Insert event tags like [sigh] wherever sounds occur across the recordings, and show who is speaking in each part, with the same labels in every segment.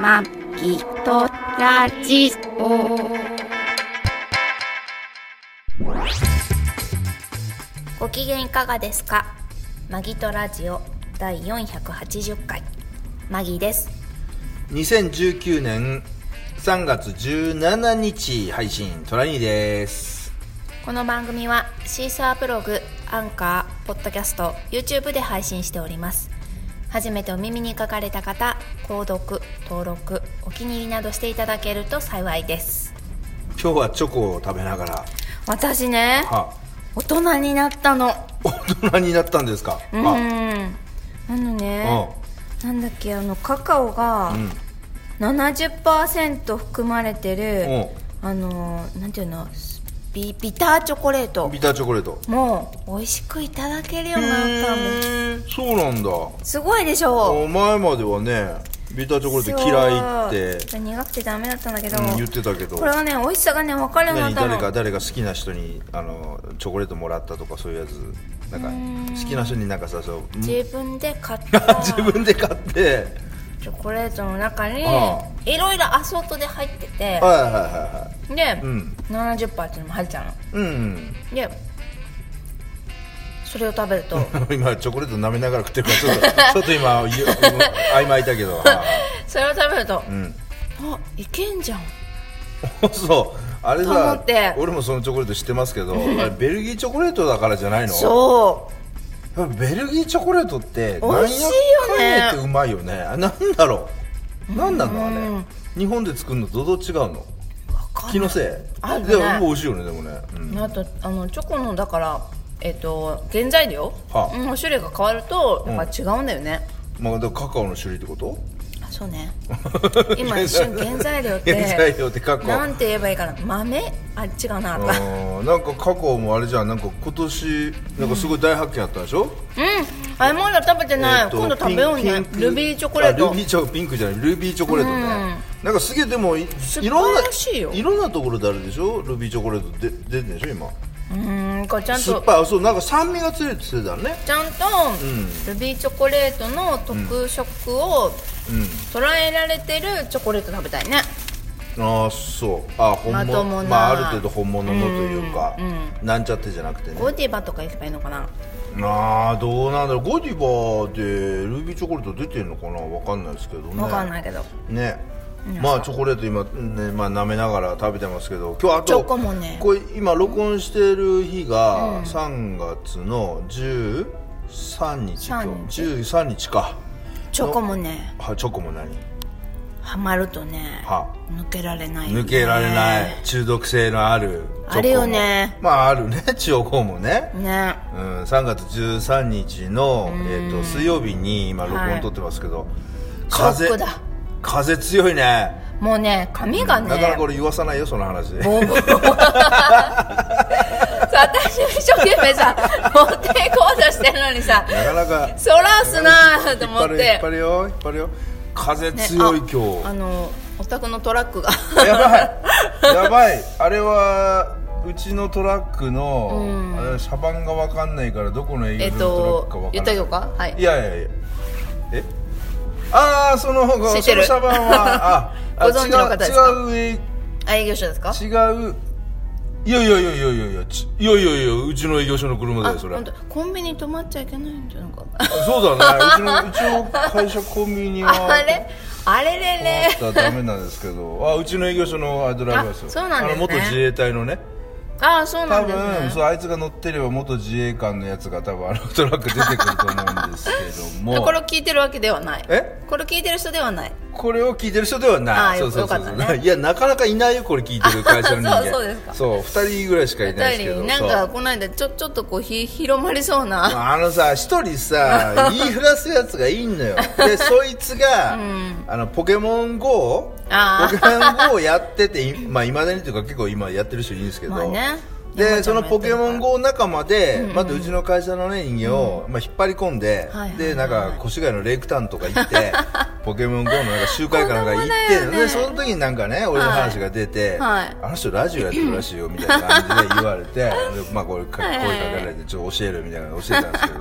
Speaker 1: まきとラジオ。
Speaker 2: ご機嫌いかがですかマギトラジオ第480回マギです
Speaker 3: 2019年3月17日配信トラニーです
Speaker 2: この番組はシーサーブログアンカーポッドキャスト YouTube で配信しております初めてお耳に書かかれた方購読登録お気に入りなどしていただけると幸いです
Speaker 3: 今日はチョコを食べながら
Speaker 2: 私ね
Speaker 3: あ
Speaker 2: 大人になったの
Speaker 3: 大人になったんですか、
Speaker 2: うん
Speaker 3: あ
Speaker 2: あのね
Speaker 3: あ
Speaker 2: なんだっけあのカカオが
Speaker 3: うん
Speaker 2: 70%含まれてる、
Speaker 3: おう
Speaker 2: あのーなんていうのビビターチョコレート
Speaker 3: ビターチョコレート
Speaker 2: もう美味しくいただけるようになったの
Speaker 3: へーそうなんだ
Speaker 2: すごいでしょ
Speaker 3: お前まではねビターチョコレート嫌いって、
Speaker 2: そう苦くてダメだったんだけど、
Speaker 3: うん言ってたけど
Speaker 2: これはね美味しさがね分かるよう
Speaker 3: 何
Speaker 2: になった
Speaker 3: 誰
Speaker 2: の
Speaker 3: か誰か好きな人にあのチョコレートもらったとかそういうやつなんか好きな人になんかさそううん
Speaker 2: 自分で買った
Speaker 3: [laughs] 自分で買って
Speaker 2: チョコレートの中にい
Speaker 3: ああ
Speaker 2: ろいろアソートで入ってて
Speaker 3: はいはいはいはい
Speaker 2: で、
Speaker 3: うん
Speaker 2: 70%っていうのも入っちゃうの
Speaker 3: うん、
Speaker 2: でそれを食べる
Speaker 3: [laughs]
Speaker 2: と
Speaker 3: [laughs] 今チョコレート舐めながら食ってるからちょっと [laughs] ちょっと今ゆ曖昧だけど、は
Speaker 2: それを食べると
Speaker 3: いうん、
Speaker 2: あいけんじゃん
Speaker 3: そうあれ
Speaker 2: と思っ
Speaker 3: さ
Speaker 2: て
Speaker 3: 俺もそのチョコレート知ってますけどあれベルギーチョコレートだからじゃないの
Speaker 2: そう
Speaker 3: やっぱベルギーチョコレートって
Speaker 2: 美味しいよね
Speaker 3: なんやかんやってうまいよねあなんだろうなんなのあ
Speaker 2: う
Speaker 3: れ
Speaker 2: ん
Speaker 3: 日本で作るのとどう違うの
Speaker 2: わかんない
Speaker 3: 気のせい
Speaker 2: あるね
Speaker 3: でも美味しいよねでもね、うん
Speaker 2: あとあのチョコのだからえっ、と原材料
Speaker 3: はあ
Speaker 2: の種類が変わると
Speaker 3: ん
Speaker 2: やっぱ違うんだよね、
Speaker 3: まあ、だからカカオの種類っ
Speaker 2: [laughs]
Speaker 3: てこと
Speaker 2: あそうね今一瞬原材料って
Speaker 3: 原材料ってカカオ
Speaker 2: なんて言えばいいかな豆あ違うなとか
Speaker 3: あーなんか過去もあれじゃんなんか今年なんかすごい大発見あったでしょ、
Speaker 2: うんあれまだ食べてない、
Speaker 3: えーと
Speaker 2: 今度食べよう
Speaker 3: ピ
Speaker 2: ね
Speaker 3: ンピンク
Speaker 2: ルビーチョコレー
Speaker 3: あ
Speaker 2: ト
Speaker 3: ルビーチョピンクじゃないルビーチョコレートね、なんかすげえでもい
Speaker 2: っ
Speaker 3: いろんな
Speaker 2: ぱいらしいよ
Speaker 3: いろんなところであるでしょルビーチョコレートで出てるでしょ今
Speaker 2: うんこれちゃん
Speaker 3: 酸っ
Speaker 2: と
Speaker 3: ぱいあそうなんか酸味が強いって言ってたね
Speaker 2: ちゃんと、
Speaker 3: ん
Speaker 2: ルビーチョコレートの特色を
Speaker 3: う
Speaker 2: 捉えられてるチョコレート食べたいね
Speaker 3: んああそうあ本
Speaker 2: まとも
Speaker 3: 物、
Speaker 2: な
Speaker 3: あ、ある程度本物のというか、なんちゃってじゃなくてね
Speaker 2: ゴディバとか行けばいいのかな
Speaker 3: あーどうなんだろうゴディバーでルビーチョコレート出てるのかなわかんないですけどね
Speaker 2: 分かんないけど、
Speaker 3: ねまあチョコレート今、ねまあ、舐めながら食べてますけど今日あと
Speaker 2: チョコもね
Speaker 3: これ今録音してる日が3月の13日今日
Speaker 2: 13
Speaker 3: 13日か
Speaker 2: チョコもね
Speaker 3: はチョコも何
Speaker 2: ハマるとね
Speaker 3: は
Speaker 2: 抜けられないよね、
Speaker 3: 抜けられない中毒性のあるチョコも
Speaker 2: あるよね
Speaker 3: まああるね [laughs] チョコもね
Speaker 2: ね
Speaker 3: うん、3月13日の、えっと水曜日に今録音撮ってますけど、
Speaker 2: ショックだ
Speaker 3: 風強いね
Speaker 2: もうね髪がね
Speaker 3: なかなか俺言わさないよその話
Speaker 2: ボ [laughs] ーボーさ私も一生懸命さ持っていこうとしてるのにさ
Speaker 3: なかなか
Speaker 2: そらすなーと思っ
Speaker 3: 引っ
Speaker 2: て
Speaker 3: 張るよ引っ張るよ引っ張るよ風
Speaker 2: ね
Speaker 3: 強い、
Speaker 2: あ
Speaker 3: 今
Speaker 2: あのお宅のトラックが
Speaker 3: 日やばいやばいあれはうちのトラックの、あれ車番が分かんないからどこの営業
Speaker 2: え
Speaker 3: 所
Speaker 2: っ
Speaker 3: のトラックか
Speaker 2: と
Speaker 3: 分か
Speaker 2: 言
Speaker 3: ん
Speaker 2: っ
Speaker 3: な
Speaker 2: た
Speaker 3: い、
Speaker 2: けどかはい
Speaker 3: いやいやいやえああそのその
Speaker 2: 知ってる
Speaker 3: 車番
Speaker 2: [laughs]
Speaker 3: はああ
Speaker 2: ご存知の方ですか
Speaker 3: 違う違う
Speaker 2: あ営業所ですか
Speaker 3: 違ういやいやいやいやいやいやちいやいやいやうちの営業所の車だ
Speaker 2: あ
Speaker 3: よそれ
Speaker 2: 本当コンビニ止まっちゃいけないんじゃないか
Speaker 3: あそうだねうちのうちの会社コンビニは
Speaker 2: [laughs] あれあれれれ
Speaker 3: あったらダメなんですけどあうちの営業所のあドライバーですよ
Speaker 2: あそうなんですね
Speaker 3: あの元自衛隊のね
Speaker 2: ああそうな
Speaker 3: 多
Speaker 2: んで
Speaker 3: 分
Speaker 2: す
Speaker 3: そう
Speaker 2: ね
Speaker 3: あいつが乗ってれば元自衛官のやつが多分あのトラック出てくると思うんですけど [laughs] も
Speaker 2: これを聞いてるわけではない
Speaker 3: え
Speaker 2: これ聞いてる人ではない
Speaker 3: これを聞いてる人ではない
Speaker 2: あ
Speaker 3: そうそうそう
Speaker 2: よかったね
Speaker 3: いやなかなかいないよこれ聞いてる会社の
Speaker 2: そう
Speaker 3: 人 [laughs] 間
Speaker 2: そうですか
Speaker 3: そう2人ぐらいしかいないですけ
Speaker 2: 二
Speaker 3: ど
Speaker 2: 人なん
Speaker 3: そう
Speaker 2: かこの間ちょちょっとこうひ広まりそうな
Speaker 3: あのさ一人 [laughs] さ言いふらすやつがいいのよ [laughs] でそいつが、あのポケモン GO
Speaker 2: あー
Speaker 3: ポケモン GO やってていまあ、未だにというか結構今やってる人いるんですけど、
Speaker 2: まあね
Speaker 3: で
Speaker 2: 山ちゃ
Speaker 3: そ
Speaker 2: んも
Speaker 3: の
Speaker 2: やって
Speaker 3: ポ
Speaker 2: るから
Speaker 3: ケモン GO 仲間で、またうちの会社の、ね、人間を、まあ、引っ張り込んで、
Speaker 2: はいはいはい
Speaker 3: でなんか越谷のレイクタウンとか行って
Speaker 2: [laughs]
Speaker 3: ポケモン GO のなんか集会かなんか行っ
Speaker 2: こんなもんだよ
Speaker 3: て、
Speaker 2: ね
Speaker 3: でその時になんかね俺の話が出て、
Speaker 2: はい
Speaker 3: あの人ラジオやってるらしいよみ
Speaker 2: [laughs]
Speaker 3: たいな感じで言われてでまあこれか
Speaker 2: はいはい [laughs]
Speaker 3: 声かけられてちょっと教えるみたいなの教えたんですけど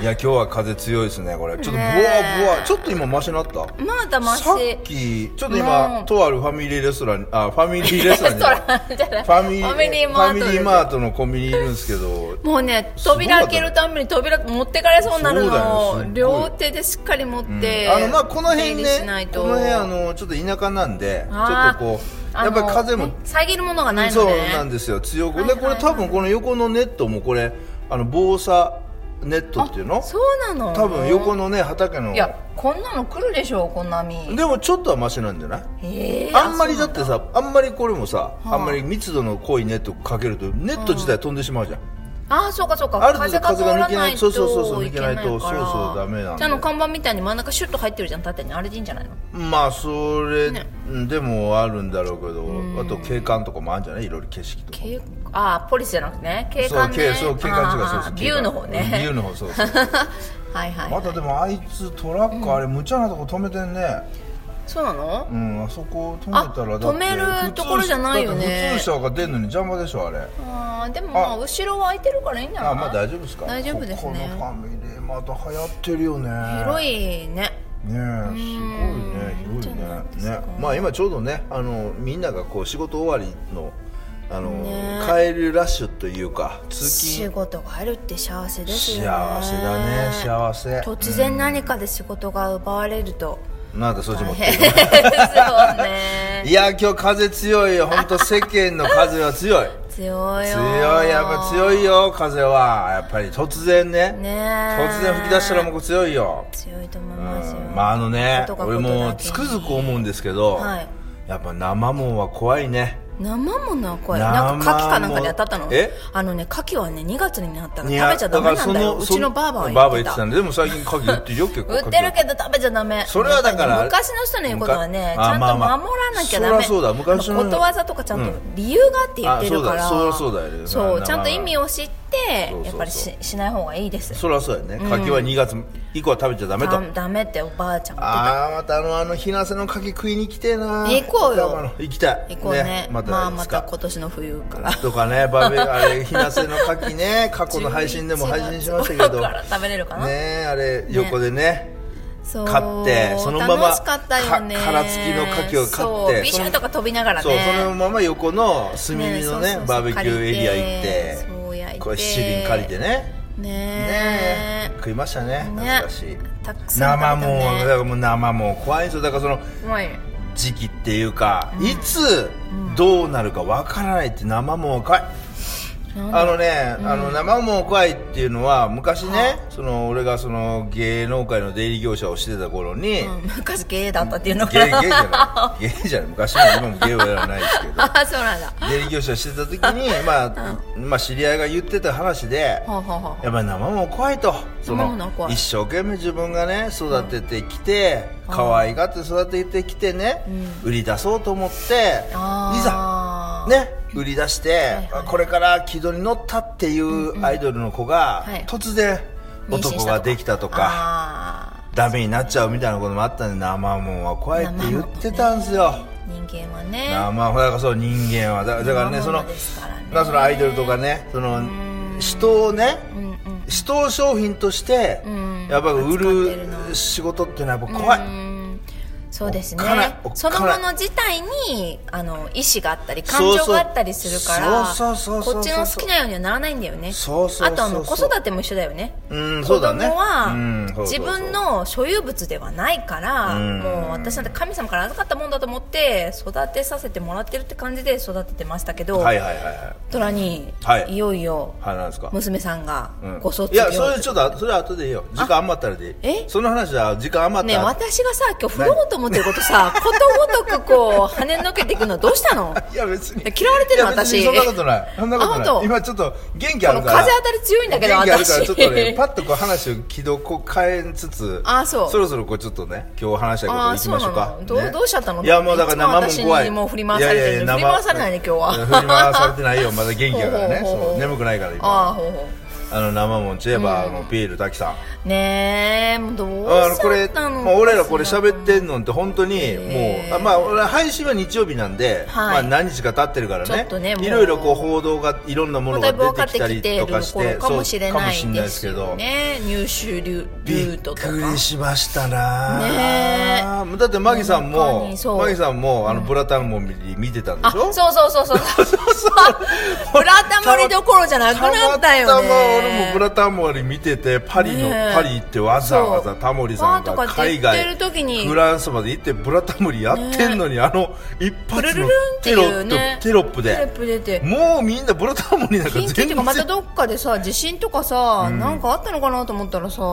Speaker 3: いや今日は風強いですねこれちょっとブワ
Speaker 2: ねえ
Speaker 3: ブワちょっと今マシになった
Speaker 2: まだマシ
Speaker 3: さっきちょっと今、
Speaker 2: うん
Speaker 3: とあるファミリーレストランあファミリーレストランじゃない
Speaker 2: レストランじゃ [laughs] ない
Speaker 3: ファミ
Speaker 2: ファミリーマートです
Speaker 3: ファミリーマートのコンビニにいるんですけど
Speaker 2: もうね
Speaker 3: すごい
Speaker 2: 扉開けるたんびに扉持ってかれそうになる
Speaker 3: そうだよ
Speaker 2: の
Speaker 3: すっごい
Speaker 2: 両手でしっかり持って、
Speaker 3: あのまあこの
Speaker 2: 手
Speaker 3: 辺ね
Speaker 2: 入れしないと
Speaker 3: この辺あのちょっと田舎なんでちょっ
Speaker 2: あー
Speaker 3: とこうやっぱり風
Speaker 2: あ
Speaker 3: も
Speaker 2: の遮るものがない
Speaker 3: そ
Speaker 2: の
Speaker 3: う
Speaker 2: で、
Speaker 3: なんですよ強く、
Speaker 2: はいはい
Speaker 3: でこれ多分この横のネットもこれあの防砂ネットっていうの
Speaker 2: そうなの
Speaker 3: 多分横のね畑の
Speaker 2: いやこんなの来るでしょうこんな網
Speaker 3: でもちょっとはマシなんじゃない
Speaker 2: えー
Speaker 3: あんまりだってさあんまりこれもさ、
Speaker 2: はあ
Speaker 3: あ、んまり密度の濃いネットかけるとネット自体飛んでしまうじゃん、
Speaker 2: ああそうかそうか
Speaker 3: ある程度
Speaker 2: 風が通らないと
Speaker 3: 風が抜けないそうそうそうそう
Speaker 2: いけないから
Speaker 3: 抜けないとそうそうダメなんで
Speaker 2: じゃああの看板みたいに真ん中シュッと入ってるじゃん縦にあれでいいんじゃないの
Speaker 3: まあそれ、
Speaker 2: ね
Speaker 3: うんでもあるんだろうけど、あと景観とかもあるんじゃないいろいろ景色とか
Speaker 2: 景ああポリスじゃなくてね景観ね
Speaker 3: そう景そう景観違う
Speaker 2: あ
Speaker 3: そ
Speaker 2: ー
Speaker 3: うそう
Speaker 2: ビューの方ね
Speaker 3: ビューの方そうそう
Speaker 2: [laughs] はい [laughs] はい、
Speaker 3: またでもあいつトラックあれ無茶なとこ止めてんね
Speaker 2: そうなの
Speaker 3: うんあそこ止めたら
Speaker 2: あ
Speaker 3: だって
Speaker 2: 止めるところじゃないよね
Speaker 3: だって普通車が出るのに邪魔でしょあれ
Speaker 2: あーでもまあ
Speaker 3: あ
Speaker 2: 後ろは空いてるからいいんじゃない
Speaker 3: あまあ大丈夫ですか
Speaker 2: 大丈夫ですね
Speaker 3: ここのファミリーマート流行ってるよね
Speaker 2: 広いね
Speaker 3: ねえすごいね広いねねまあ今ちょうどねあのみんながこう仕事終わりのあの、
Speaker 2: ね
Speaker 3: 帰るラッシュというか通
Speaker 2: 仕
Speaker 3: 勤
Speaker 2: 事があるって幸せですよね
Speaker 3: 幸せだね幸せ
Speaker 2: 突然何かで仕事が奪われる
Speaker 3: [laughs]
Speaker 2: と
Speaker 3: なんだそっち持っ
Speaker 2: 変
Speaker 3: て
Speaker 2: ですよね
Speaker 3: いや今日風強いよ本当世間の風は強い
Speaker 2: [laughs] 強いよ
Speaker 3: 強いやっぱ強いよ風はやっぱり突然ね
Speaker 2: ね
Speaker 3: 突然吹き出したらもう強いよ
Speaker 2: 強いと思いうますよ、
Speaker 3: んまああのね
Speaker 2: ことがこと
Speaker 3: 俺
Speaker 2: だけに
Speaker 3: もつくづく思うんですけど、
Speaker 2: はい
Speaker 3: やっぱ生もんは怖いね
Speaker 2: 生ものは怖い
Speaker 3: 生
Speaker 2: なんか牡蠣かなんかで当たったの
Speaker 3: え
Speaker 2: あのね牡蠣はね2月になったら食べ
Speaker 3: い
Speaker 2: ち
Speaker 3: や
Speaker 2: ゃダメなんだ
Speaker 3: から
Speaker 2: よ
Speaker 3: そ
Speaker 2: うちの
Speaker 3: そ
Speaker 2: ばあばは
Speaker 3: ばあ
Speaker 2: 言
Speaker 3: ば
Speaker 2: って
Speaker 3: 言ったてたんででも最近鍵売ってる
Speaker 2: [laughs]
Speaker 3: よ結構
Speaker 2: 売ってる
Speaker 3: ど
Speaker 2: けど食べちゃダメ
Speaker 3: それはだから
Speaker 2: 昔の人の言うことはねち
Speaker 3: あ
Speaker 2: ゃんと
Speaker 3: まあまあ
Speaker 2: 守らなきゃダメ、
Speaker 3: そりゃそうだ昔の
Speaker 2: ことわざとかちゃんと理由があって言ってるから、
Speaker 3: あそうだそりゃそうだよね
Speaker 2: そう
Speaker 3: まあ
Speaker 2: ちゃんと意味を知っ
Speaker 3: そうそうそ
Speaker 2: て
Speaker 3: う
Speaker 2: やっぱりししない方がいいです
Speaker 3: そりゃそうやね柿は2月以降は食べちゃダメと、
Speaker 2: ダダメっておばあちゃんが
Speaker 3: ああまたあのあの日なせの柿食いに来てえな
Speaker 2: 行こうよ
Speaker 3: 双葉の行きたい
Speaker 2: 言ってた行こうね
Speaker 3: また
Speaker 2: まあ
Speaker 3: い
Speaker 2: ま
Speaker 3: つか
Speaker 2: た今年の冬から
Speaker 3: とかねバーベあれ日なせの
Speaker 2: [laughs]
Speaker 3: 柿ね過去の配信でも配信しましたけ
Speaker 2: 11月
Speaker 3: ど
Speaker 2: 頃から食べれるかな、
Speaker 3: ねえあれ横でね
Speaker 2: そう
Speaker 3: 買ってそのまま
Speaker 2: 楽しかったよね
Speaker 3: か殻付きの牡蠣を買って
Speaker 2: そうビシャーとか飛びながらね
Speaker 3: そうそのまま横の炭火
Speaker 2: ねそうそ
Speaker 3: の
Speaker 2: う
Speaker 3: ね
Speaker 2: そう
Speaker 3: バーベキューエリア行って
Speaker 2: 借りてそう焼いて
Speaker 3: これ七輪借りてね
Speaker 2: ね
Speaker 3: ねえ
Speaker 2: え
Speaker 3: 食いましたね
Speaker 2: ね
Speaker 3: 懐かしい
Speaker 2: たくさん
Speaker 3: 生
Speaker 2: 食
Speaker 3: も
Speaker 2: べ
Speaker 3: ん
Speaker 2: たね
Speaker 3: だからもう生もん怖いんですよだからその
Speaker 2: うまいね
Speaker 3: 時期っていうかいつどうなるかわからないって生もんは怖いあのね、あの生もん怖いっていうのは昔ねその俺がその芸能界の出入り業者をしてた頃に、
Speaker 2: うん昔ゲイだったっていうの
Speaker 3: ゲ
Speaker 2: か
Speaker 3: イゲイじ
Speaker 2: な
Speaker 3: ゃないゲイじゃない昔も今もゲイはやらない [laughs] ですけど
Speaker 2: あそうなんだ
Speaker 3: 出入り業者をしてた時に、まあまあ、知り合いが言ってた話で
Speaker 2: ほうほうほう
Speaker 3: やっぱり生もん怖いとその
Speaker 2: 生ものは怖い
Speaker 3: 一生懸命自分がね育ててきて、可愛がって育ててきてね、売り出そうと思っていざ
Speaker 2: あー
Speaker 3: ね売り出して、
Speaker 2: いはい
Speaker 3: これから軌道に乗ったっていうアイドルの子が、
Speaker 2: はい
Speaker 3: 突然
Speaker 2: 妊娠したとか
Speaker 3: 男ができたとか
Speaker 2: あ
Speaker 3: ダメになっちゃうみたいなこともあったんで生もんは怖いって言ってたんですよ
Speaker 2: ー人間はね
Speaker 3: 生もんだからそう人間はだだからねそ
Speaker 2: 生も
Speaker 3: の
Speaker 2: のですからね
Speaker 3: まあそのアイドルとかねその人をね
Speaker 2: うんうん
Speaker 3: 人を商品として
Speaker 2: ん
Speaker 3: やっぱ売
Speaker 2: 扱ってるの
Speaker 3: る仕事っていうのはやっぱ怖い、
Speaker 2: うんそうですね
Speaker 3: おっかないおっかない
Speaker 2: そのもの自体にあの意思があったり感情があったりするから
Speaker 3: そうそうそうそうそうそう
Speaker 2: こっちの好きなようにはならないんだよね
Speaker 3: そうそうそうそう
Speaker 2: あとあの子育ても一緒だよね
Speaker 3: うんそ
Speaker 2: 子
Speaker 3: うだ
Speaker 2: 供
Speaker 3: ね
Speaker 2: は
Speaker 3: うんそうそ
Speaker 2: 自
Speaker 3: うそう
Speaker 2: 分の所有物ではないから
Speaker 3: うん
Speaker 2: もう私なんて神様から預かったもんだと思って育てさせてもらってるって感じで育ててましたけど
Speaker 3: はいはいはいはい
Speaker 2: トラに
Speaker 3: はい
Speaker 2: いよいよ
Speaker 3: はいなんですか、
Speaker 2: 娘さんが
Speaker 3: うん
Speaker 2: ご卒
Speaker 3: い
Speaker 2: 業
Speaker 3: やそれちょっとそれは後でいいよ時間余ったらでいい
Speaker 2: え
Speaker 3: その話は時間余っ
Speaker 2: ねえ
Speaker 3: たら、
Speaker 2: 私がさ今日振ろうと思ってることさ
Speaker 3: [laughs]
Speaker 2: ことごとくこう跳ねのけていくのどうしたの
Speaker 3: いや別に
Speaker 2: 嫌われてるの
Speaker 3: いや別に
Speaker 2: 私
Speaker 3: そんなことないそんなこと
Speaker 2: あ本
Speaker 3: な
Speaker 2: 当
Speaker 3: い今ちょっと元気あるから
Speaker 2: この風当たり強いんだけど
Speaker 3: 元気あるから
Speaker 2: 私
Speaker 3: ちょっとねパッとこう話を軌道こう変えつつ
Speaker 2: あそう
Speaker 3: そろそろこうちょっとね今日話したいこと
Speaker 2: あ
Speaker 3: 行
Speaker 2: あ
Speaker 3: き
Speaker 2: そう
Speaker 3: まし
Speaker 2: な
Speaker 3: ょうか
Speaker 2: のどう
Speaker 3: ね
Speaker 2: どうしちゃったの
Speaker 3: いやもうだから
Speaker 2: いつ
Speaker 3: 生
Speaker 2: も
Speaker 3: も怖
Speaker 2: 私
Speaker 3: い
Speaker 2: にもう振り回されてるの
Speaker 3: い
Speaker 2: に振
Speaker 3: やい
Speaker 2: り
Speaker 3: や生
Speaker 2: 回されないね今日は
Speaker 3: 振り回されてないよまだ元気だからね
Speaker 2: [laughs] ほうほうほうほう
Speaker 3: そう眠くないから今
Speaker 2: ああほうほう
Speaker 3: あの生もんといえば、あのピエール滝さん
Speaker 2: ねえもうどう
Speaker 3: あの
Speaker 2: しち
Speaker 3: こ
Speaker 2: ゃ
Speaker 3: れ、
Speaker 2: ったの
Speaker 3: まあ、俺らこれ喋ってんのって本当にも
Speaker 2: へ
Speaker 3: う
Speaker 2: ー
Speaker 3: あまあ俺ら配信は日曜日なんで、
Speaker 2: はい
Speaker 3: まあ何日か経ってるから
Speaker 2: ちょっ
Speaker 3: ね
Speaker 2: とねもう
Speaker 3: いろいろこう報道がいろんなものが
Speaker 2: もうだいぶ分か
Speaker 3: 出てきた
Speaker 2: ってき
Speaker 3: り
Speaker 2: て
Speaker 3: と
Speaker 2: る
Speaker 3: かして
Speaker 2: 頃かもしれ
Speaker 3: そうか
Speaker 2: な
Speaker 3: もし
Speaker 2: い
Speaker 3: れない
Speaker 2: で
Speaker 3: ですすけ
Speaker 2: よ
Speaker 3: ど、
Speaker 2: ね入手ルル
Speaker 3: びっ
Speaker 2: ートとか
Speaker 3: くりしましたな
Speaker 2: ね
Speaker 3: だってマギさん
Speaker 2: 本当
Speaker 3: も
Speaker 2: にそう
Speaker 3: マギさんもあのブラタンモリ見てたんで
Speaker 2: あ
Speaker 3: し
Speaker 2: そ
Speaker 3: ょ
Speaker 2: うそうそう
Speaker 3: [laughs]
Speaker 2: そうそうブラタモリどころじゃなく
Speaker 3: たま
Speaker 2: なった
Speaker 3: た
Speaker 2: よ
Speaker 3: ま
Speaker 2: ね
Speaker 3: 俺もブラタモリ見ててパリの、
Speaker 2: ねえ
Speaker 3: パリ行ってわざわざタモリさん
Speaker 2: バ
Speaker 3: が
Speaker 2: ーとか出
Speaker 3: 海
Speaker 2: て
Speaker 3: 外
Speaker 2: る時に
Speaker 3: フランスまで行ってブラタモリやってんのに、あの一
Speaker 2: プル
Speaker 3: 発
Speaker 2: ルルン
Speaker 3: の
Speaker 2: って
Speaker 3: テロ
Speaker 2: いう
Speaker 3: ップ、
Speaker 2: ね
Speaker 3: テロップで
Speaker 2: テロップ出て
Speaker 3: もうみんなブラタモリなんか
Speaker 2: 近
Speaker 3: 全
Speaker 2: 畿と
Speaker 3: 然
Speaker 2: かまたどっかでさ地震とかさ、なんかあったのかなと思ったらさ、
Speaker 3: あ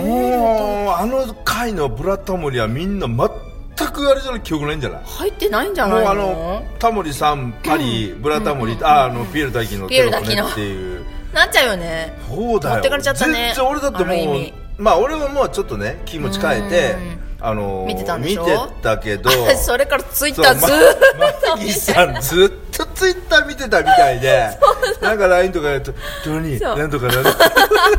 Speaker 3: のあの回のブラタモリはみんな全くあれじゃない記憶ないんじゃない
Speaker 2: 入ってないんじゃ
Speaker 3: も
Speaker 2: ないうの
Speaker 3: あのタモリさんパリブラタモリああのピエール大輝のテロップ
Speaker 2: ピエール
Speaker 3: ね
Speaker 2: 瀧の
Speaker 3: っていう
Speaker 2: なっちゃうよね
Speaker 3: そうだよ
Speaker 2: 持ってかれちゃったね
Speaker 3: 全然俺だって
Speaker 2: ある意
Speaker 3: も
Speaker 2: 味
Speaker 3: うまあ俺ももうちょっとね気持ち変えてあのー
Speaker 2: 見てたんでしょ
Speaker 3: 見てたけど
Speaker 2: [laughs] それからツイッ
Speaker 3: そ
Speaker 2: ターずーっ
Speaker 3: マギさんずっとツイッター見てたみたいでなんか LINE とかやると「ジョニー
Speaker 2: そう
Speaker 3: なんとかなんとか」 [laughs]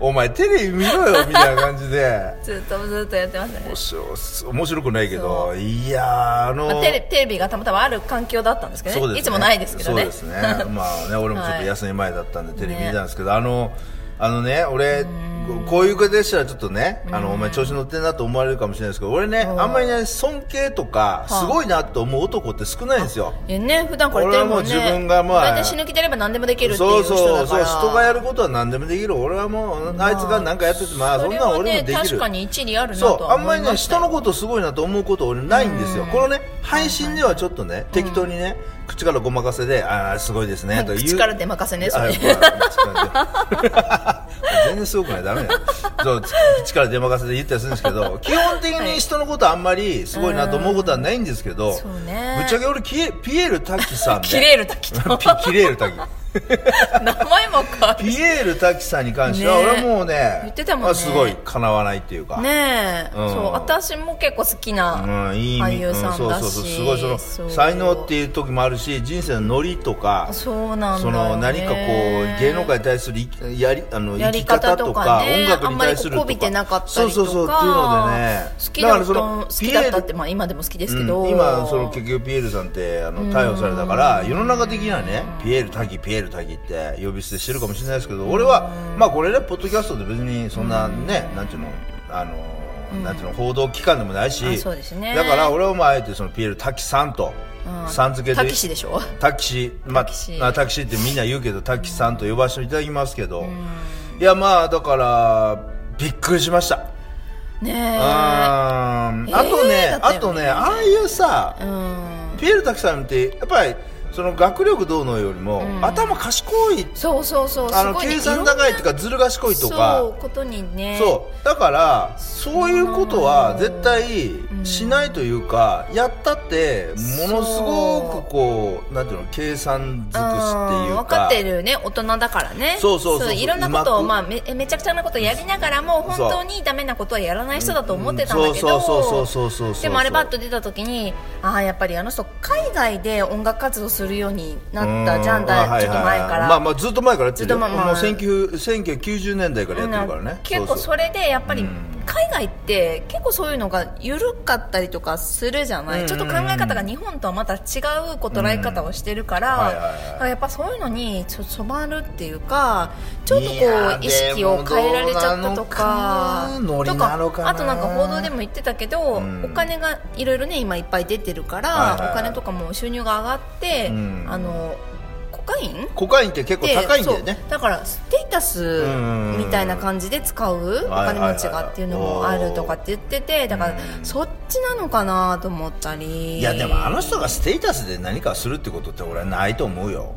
Speaker 3: お前テレビ見ろよ」みたいな感じで
Speaker 2: とずっとずっとやってましたね
Speaker 3: 面白面白くないけどいやーあのー
Speaker 2: まあ、テレテレビがたまたまある環境だったんですけどね
Speaker 3: そうですね
Speaker 2: いつもないですけどね
Speaker 3: そうですね
Speaker 2: [laughs]
Speaker 3: まあね俺もちょっと休み前だったんで、テレビ
Speaker 2: ね
Speaker 3: 見たんですけどあのあのね俺こういう方でしたらちょっとねあのお前調子乗ってんなと思われるかもしれないですけど俺ねあんまりね尊敬とかすごいなと思う男って少ないんですよ
Speaker 2: いやね普段これやってるもんね
Speaker 3: 俺はもう自分がまあ
Speaker 2: 大体死ぬ気出れば何でもできるってい
Speaker 3: そうう
Speaker 2: 人
Speaker 3: そ
Speaker 2: だ
Speaker 3: う
Speaker 2: か
Speaker 3: そう
Speaker 2: ら
Speaker 3: 人がやることは何でもできる俺はもうあいつが何かやっててまあそん
Speaker 2: れ
Speaker 3: なん
Speaker 2: は
Speaker 3: 俺も
Speaker 2: ね
Speaker 3: でき
Speaker 2: 確
Speaker 3: る
Speaker 2: かに一理あるなと
Speaker 3: そう
Speaker 2: は
Speaker 3: あん
Speaker 2: 思
Speaker 3: ま
Speaker 2: い
Speaker 3: り
Speaker 2: ま
Speaker 3: ね
Speaker 2: した
Speaker 3: 人
Speaker 2: よ
Speaker 3: のことすごいなと思うこと俺ないんですよ、このね配信ではちょっとね適当にね、口からごまかせでああすごいですねという
Speaker 2: 口から出任せねそ [laughs]
Speaker 3: あ
Speaker 2: れ
Speaker 3: やっぱ口から出全然すごくない [laughs] ダメだよそうつ口から出任せで言ったりするんですけ
Speaker 2: [laughs]
Speaker 3: ど基本的に人のことあんまりすごいなと思うことはないんですけど、
Speaker 2: そうね
Speaker 3: ぶっちゃけ俺キエピエール滝さん
Speaker 2: [laughs]
Speaker 3: ね
Speaker 2: キレる滝と
Speaker 3: [laughs] ピキレール滝
Speaker 2: 名前も変わる
Speaker 3: ピエール滝さんに関しては
Speaker 2: ね
Speaker 3: 俺はもうね
Speaker 2: 言ってたもんね
Speaker 3: まあすごいかなわないっていうか
Speaker 2: ねえ、
Speaker 3: うん
Speaker 2: そう私も結構好きな
Speaker 3: うん、いい意味
Speaker 2: 俳優さんだし
Speaker 3: うそうそうすごいその
Speaker 2: そう
Speaker 3: 才能っていう時もあるし人生のノリとか
Speaker 2: そうなんだ
Speaker 3: そ
Speaker 2: よね
Speaker 3: の何かこう芸能界に対するいやりあの
Speaker 2: や
Speaker 3: 生
Speaker 2: り
Speaker 3: き
Speaker 2: 方
Speaker 3: 方
Speaker 2: と
Speaker 3: と
Speaker 2: か
Speaker 3: か
Speaker 2: ね
Speaker 3: 音楽に対すると
Speaker 2: あんまりこう
Speaker 3: か
Speaker 2: 媚びてなかったりとか
Speaker 3: そうそうそうっていうのでね
Speaker 2: 好きだった
Speaker 3: からその
Speaker 2: 好きだったっ
Speaker 3: ピエー
Speaker 2: て
Speaker 3: ル
Speaker 2: まあ今でも好きですけど、
Speaker 3: うん今その結局ピエールさんってあの逮捕されたから世の中的にはねピエール滝ピエール滝って呼び捨てしてるかもしれないですけど俺はまあこれねポッドキャストで別にそんなねなんていうのあのなんていうの報道機関でもないし、
Speaker 2: あそうですね
Speaker 3: だから俺はまああえてそのピエール滝さんと
Speaker 2: うん
Speaker 3: さん付けで
Speaker 2: タキシでしょ
Speaker 3: タキシ、まあ、
Speaker 2: タキシ
Speaker 3: あタキシってみんな言うけど、タキさんと呼ばせていただきますけど、いや、まあ、だから、びっくりしました。
Speaker 2: ね
Speaker 3: う
Speaker 2: え
Speaker 3: ーんあとね、
Speaker 2: えーだって
Speaker 3: あとね、ああいうさ、
Speaker 2: うん
Speaker 3: ピエール・タキさんって、やっぱり、その学力どうのよりも、頭賢い、
Speaker 2: そうそうそう
Speaker 3: あの、
Speaker 2: すごいね
Speaker 3: 計算高いとか、ずる賢いとか、
Speaker 2: そうことにね
Speaker 3: そうだからそういうことは絶対しないというか、やったってものすごくこうなんていうの計算尽くしっていう
Speaker 2: うん
Speaker 3: か
Speaker 2: 分かってるよね大人だからね
Speaker 3: そうそうそうそう
Speaker 2: いろんなことを、
Speaker 3: う
Speaker 2: まあ、
Speaker 3: ま
Speaker 2: めめちゃくちゃなことやりながらも本当にダメなことはやらない人だと思ってたんだけ
Speaker 3: うんそうそうそう
Speaker 2: ど
Speaker 3: そうそうそうそう
Speaker 2: でもあれバッと出た時にああやっぱりあの人海外で音楽活動するようになったじゃんだ
Speaker 3: うはい
Speaker 2: ちょっと前
Speaker 3: はい
Speaker 2: か
Speaker 3: はい
Speaker 2: ら、
Speaker 3: まあまあずっと前からやってるよ
Speaker 2: ずっとまあまあ
Speaker 3: もう19 1990年代からやってるからね
Speaker 2: 結構それでやっぱり海外って結構そういうのが緩かったりとかするじゃない、
Speaker 3: うん
Speaker 2: ちょっと考え方が日本とはまた違うこう捉え方をしてるから,、
Speaker 3: うんはいはいはい
Speaker 2: だからやっぱそういうのにちょ染まるっていうかちょっとこ
Speaker 3: いや
Speaker 2: う
Speaker 3: ー
Speaker 2: 意識を変えられちゃったとか
Speaker 3: でもどうなのかなノリなのかな
Speaker 2: とあとなんか報道でも言ってたけど、
Speaker 3: うん
Speaker 2: お金がいろいろね今いっぱい出てるから、
Speaker 3: はいはいはい
Speaker 2: お金とかも収入が上がって、
Speaker 3: うん
Speaker 2: あのコカイン
Speaker 3: コカインって結構
Speaker 2: で
Speaker 3: 高いんだよね
Speaker 2: そうだからステータスみたいな感じで使うお
Speaker 3: んはいはい
Speaker 2: 金
Speaker 3: はい
Speaker 2: 持ちがっていうのもあるとかって言っててだからそっちなのかなと思ったり
Speaker 3: いやでもあの人がステータスで何かするってことって俺はないと思うよ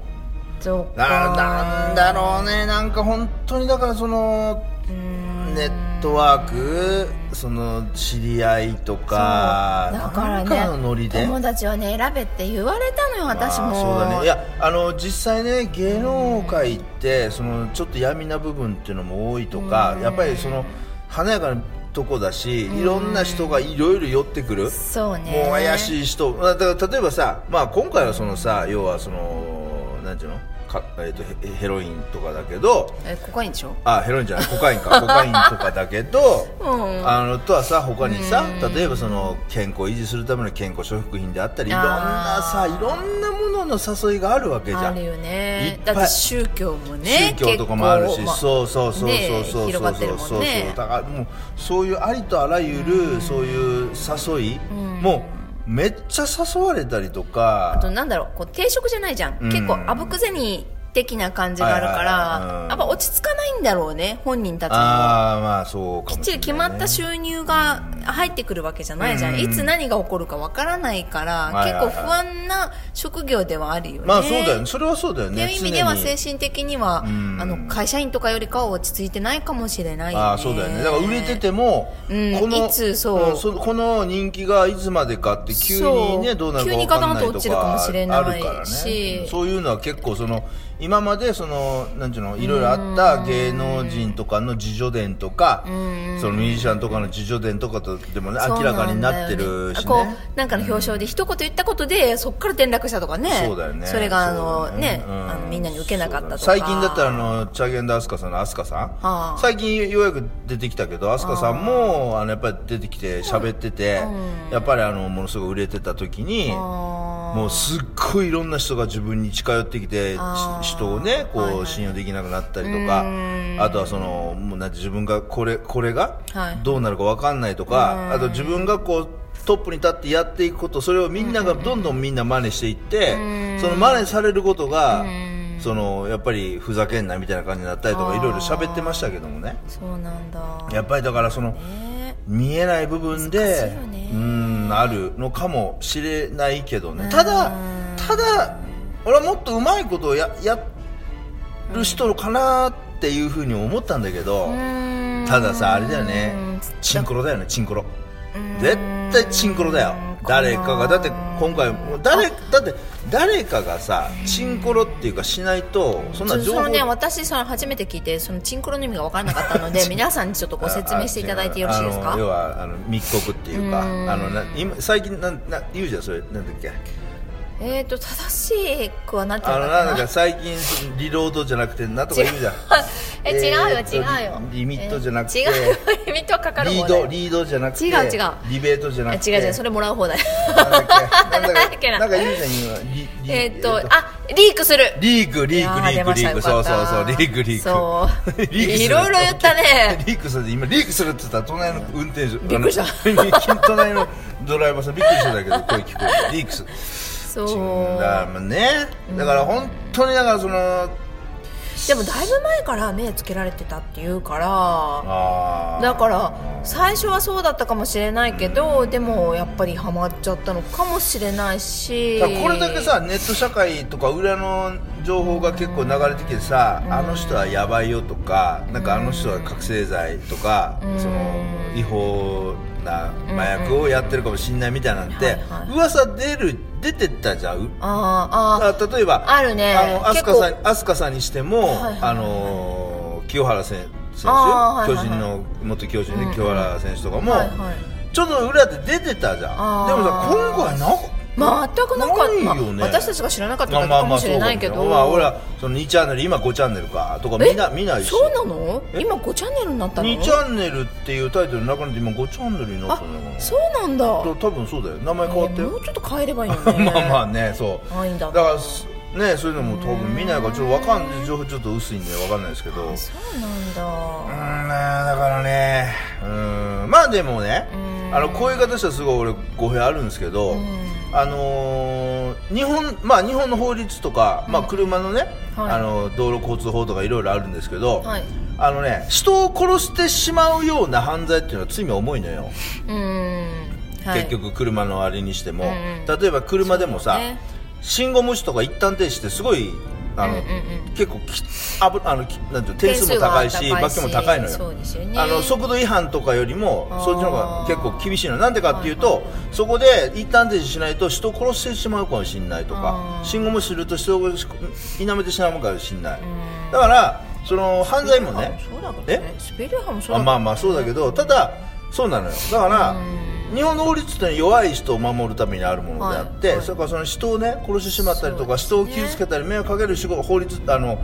Speaker 2: そうか
Speaker 3: ななんだろうねなんか本当にだからそのネットワークその知り合いとか
Speaker 2: だから
Speaker 3: なんかの
Speaker 2: ね
Speaker 3: ノリで
Speaker 2: 友達はね選べって言われたのよ私も、
Speaker 3: あーそうだねいやあの実際ね芸能界ってそのちょっと闇な部分っていうのも多いとかやっぱりその華やかなとこだしいろんな人がいろいろ寄ってくる
Speaker 2: そうね
Speaker 3: もう怪しい人だから例えばさ、まあ、今回はそのさ要はそのなんていうのか、えー、とヘヘロインとかだけど
Speaker 2: えコカインでしょ
Speaker 3: あヘロインじゃないコカイ
Speaker 2: [laughs]
Speaker 3: ンかコカインとかだけど、
Speaker 2: うん
Speaker 3: あのとはさ他にさ例えばその健康を維持するための健康食品であったりいろんなさいろんなものの誘いがあるわけじ
Speaker 2: あ
Speaker 3: ゃん
Speaker 2: るよね
Speaker 3: いっぱ
Speaker 2: だ
Speaker 3: い
Speaker 2: って宗教もね
Speaker 3: 宗教とかもある
Speaker 2: 結
Speaker 3: し、
Speaker 2: 構まあ
Speaker 3: そうそうそう
Speaker 2: ね
Speaker 3: そうそうそう
Speaker 2: 広
Speaker 3: そ
Speaker 2: が
Speaker 3: う
Speaker 2: ってるも
Speaker 3: そ
Speaker 2: ん
Speaker 3: う
Speaker 2: ね
Speaker 3: だからもうそういうありとあらゆるそういう誘い、もうめっちゃ誘われたりとか
Speaker 2: あとなんだろうこう定食じゃないじゃん、
Speaker 3: うん
Speaker 2: 結構あぶく銭的な感じがあるか
Speaker 3: はいはいはい
Speaker 2: ら
Speaker 3: うん
Speaker 2: やっぱ落ち着かないんだろうね本人たちも
Speaker 3: ああまあそうか
Speaker 2: きっ
Speaker 3: も
Speaker 2: ち
Speaker 3: しれない、ね、
Speaker 2: り決まった収入が入ってくるわけじゃないじゃん、
Speaker 3: うん
Speaker 2: いつ何が起こるかわからないから、
Speaker 3: はいはいはい
Speaker 2: 結構不安な職業ではあるよね。
Speaker 3: まあそうだよねそれはそうだよ
Speaker 2: って
Speaker 3: ね
Speaker 2: いう意味では
Speaker 3: 常に
Speaker 2: 精神的には、
Speaker 3: ん
Speaker 2: あの会社員とかよりかは落ち着いてないかもしれないよね。
Speaker 3: ああそうだよねだから売れてても、
Speaker 2: うん
Speaker 3: この
Speaker 2: いつそう
Speaker 3: そこの人気がいつまでかって急に
Speaker 2: そ
Speaker 3: ね
Speaker 2: う
Speaker 3: どうなるか分かんない
Speaker 2: 急にガタンと落
Speaker 3: と
Speaker 2: ちるかも
Speaker 3: か
Speaker 2: しれ
Speaker 3: あ
Speaker 2: ない
Speaker 3: るから
Speaker 2: し
Speaker 3: ねそういうのは結構その今までそのなんちゅうのいろいろあった芸能人とかの自助伝とかそのミュージシャンとかの自助伝とかとでもね
Speaker 2: そう
Speaker 3: 明らかになって
Speaker 2: んだよ
Speaker 3: る
Speaker 2: ね
Speaker 3: し
Speaker 2: こ
Speaker 3: ね。
Speaker 2: うなんかの表彰で一言言ったことでそこから転落したとかね
Speaker 3: そうだよね
Speaker 2: れがあの
Speaker 3: そうだよ
Speaker 2: ね
Speaker 3: うん
Speaker 2: あのみんなに受けなかったとか
Speaker 3: そうだね最近だったらあのチャゲンダアスカさんのアスカさん、
Speaker 2: あ
Speaker 3: 最近ようやく出てきたけどアスカさんもあのやっぱり出てきて喋ってて、やっぱりあのものすごく売れてた時に、
Speaker 2: あー
Speaker 3: もうすっごいいろんな人が自分に近寄ってきてし
Speaker 2: あー
Speaker 3: 人をねこう、
Speaker 2: はいはい
Speaker 3: 信用できなくなったりとかあとはそのもうなんて自分がこれこれが
Speaker 2: はい
Speaker 3: どうなるかわかんないとかあと自分がこうトップに立ってやっていくことそれをみんながどんどんみんな真似していってその真似されることがそのやっぱりふざけんなみたいな感じになったりとかいろいろ喋ってましたけどもね
Speaker 2: そうなんだ
Speaker 3: やっぱりだからその
Speaker 2: ね
Speaker 3: 見えない部分
Speaker 2: 難し
Speaker 3: で
Speaker 2: いよね
Speaker 3: うんあるのかもしれないけどねただただ俺はもっとうまいことをややる人かなっていうふうに思ったんだけど
Speaker 2: うん
Speaker 3: たださあれだよね
Speaker 2: うん
Speaker 3: チンコロだよねチンコロ絶対チンコロだよ誰かがだって今回もう誰だって誰かがさチンコロっていうかしないとそん
Speaker 2: ちょ
Speaker 3: な
Speaker 2: っと
Speaker 3: 情
Speaker 2: そ
Speaker 3: 報
Speaker 2: のね私その初めて聞いてそのチンコロの意味が分からなかった
Speaker 3: [laughs]
Speaker 2: ので皆さんにちょっとご説明していただいてよろしいです
Speaker 3: ああ違うあの要
Speaker 2: か
Speaker 3: はあの密告っていうかあのな今最近なんな言うじゃんそれなんだっけ
Speaker 2: えっ、ー、と正しくはなって
Speaker 3: あ
Speaker 2: な
Speaker 3: の
Speaker 2: か
Speaker 3: なん
Speaker 2: った
Speaker 3: か最近リロードじゃなくてなんとか言うじゃん
Speaker 2: え違うよ
Speaker 3: えーっと
Speaker 2: 違うよ
Speaker 3: リリミットじゃなくて
Speaker 2: え違うよリミットはかかる
Speaker 3: リ
Speaker 2: 方だ
Speaker 3: ード
Speaker 2: よ
Speaker 3: リードじゃなくて
Speaker 2: 違う違う
Speaker 3: リベートじゃなくて
Speaker 2: 違う違うそれもらう方だよ
Speaker 3: なんだっけな
Speaker 2: [laughs]
Speaker 3: ん
Speaker 2: なんだ
Speaker 3: だ
Speaker 2: っ
Speaker 3: っ
Speaker 2: け
Speaker 3: け
Speaker 2: な
Speaker 3: なんか言うじゃん今リリ
Speaker 2: えーっとあリークする
Speaker 3: リーク
Speaker 2: い
Speaker 3: リ
Speaker 2: や
Speaker 3: ークリ
Speaker 2: 出
Speaker 3: ーク
Speaker 2: ま
Speaker 3: リ
Speaker 2: した
Speaker 3: ーク
Speaker 2: よ
Speaker 3: そ
Speaker 2: かっ
Speaker 3: うそうそうリークリーク
Speaker 2: そう
Speaker 3: [laughs] リークする
Speaker 2: いろいろ言った
Speaker 3: [laughs]
Speaker 2: ね
Speaker 3: リークする今リークするって言ったら隣の運転手
Speaker 2: びっくりした
Speaker 3: 隣の [laughs] ドライバーさんびっくりしただけど声聞こえるリークする
Speaker 2: そう
Speaker 3: だからねだから本当にだからその
Speaker 2: でもだいぶ前から目つけられてたっていうから
Speaker 3: あー
Speaker 2: だから最初はそうだったかもしれないけどでもやっぱりハマっちゃったのかもしれないし
Speaker 3: だからこれだけさネット社会とか裏の情報が結構流れてきてさ、あの人はやばいよとかなんかあの人は覚醒剤とか、その違法な麻薬をやってるかもしんないみたいなんて、
Speaker 2: うんはいはい
Speaker 3: 噂出る出てったじゃん
Speaker 2: あーあ
Speaker 3: あ例えば
Speaker 2: あるね
Speaker 3: あの飛
Speaker 2: 結
Speaker 3: 鳥
Speaker 2: 構
Speaker 3: さん飛鳥さんにしても、
Speaker 2: いはいはい
Speaker 3: あのー清原選選手、
Speaker 2: あーはいはいはい
Speaker 3: 巨人の元巨人の清原選手とか
Speaker 2: ー
Speaker 3: も、
Speaker 2: はいはい
Speaker 3: ちょっと裏で出てたじゃ
Speaker 2: あ
Speaker 3: ん
Speaker 2: ー
Speaker 3: でもさ今回なんか
Speaker 2: 全くなかった、
Speaker 3: ないよね
Speaker 2: まあ私たちが知らなかっただけかもしれないけど、
Speaker 3: まあまあそうかもねまあ俺らその2チャンネル今5チャンネルかとか見な見ないし
Speaker 2: そうなの
Speaker 3: え
Speaker 2: 今5チャンネルになったの
Speaker 3: 2チャンネルっていうタイトルなくなって今5チャンネルになったのかな
Speaker 2: あそうなんだ
Speaker 3: と多分そうだよ名前変わっ
Speaker 2: も
Speaker 3: たよ
Speaker 2: うちょっと変えればいいのね
Speaker 3: [laughs] まあまあねそう
Speaker 2: あいいんだ
Speaker 3: だからすねそういうのも多分見ないからちょっとわかんない情報ちょっと薄いんでわかんないですけどうーんね
Speaker 2: そうなんだ
Speaker 3: だからねうーんまあでもねあのこういう形はすごい俺語弊あるんですけどあのー日本まあ日本の法律とかまあ車のね
Speaker 2: はい
Speaker 3: あの道路交通法とかいろいろあるんですけど
Speaker 2: はい
Speaker 3: あのね人を殺してしまうような犯罪っていうのは罪重いのよ
Speaker 2: うーん、はい、
Speaker 3: 結局車のあれにしても
Speaker 2: うん
Speaker 3: 例えば車でもさ
Speaker 2: そうね
Speaker 3: 信号無視とか一旦停止ってすごいあの、
Speaker 2: うんうん
Speaker 3: 結構きあぶあのきなんていうの点数も高いし
Speaker 2: 点
Speaker 3: 罰
Speaker 2: 数
Speaker 3: 金
Speaker 2: が
Speaker 3: も高いの
Speaker 2: そう
Speaker 3: よ。
Speaker 2: ですよね
Speaker 3: あの速度違反とかよりも
Speaker 2: あー
Speaker 3: そっちの方が結構厳しいのなんでかっていうと、そこで一旦停止しないと人を殺してしまうかもしれないとか
Speaker 2: あー
Speaker 3: 信号無視すると人を否めてしまうかもしれないだからその犯罪もね
Speaker 2: あそうだけどね
Speaker 3: え
Speaker 2: スペリアハもそうだけ
Speaker 3: あ
Speaker 2: ど
Speaker 3: まあまあそうだけどただそうなのよだから日本の法律ってのは弱い人を守るためにあるものであって、
Speaker 2: はいはい
Speaker 3: それからその人をね殺してしまったりとか、人
Speaker 2: そう
Speaker 3: を
Speaker 2: ですね
Speaker 3: 傷つけたり迷惑かける仕事法律あの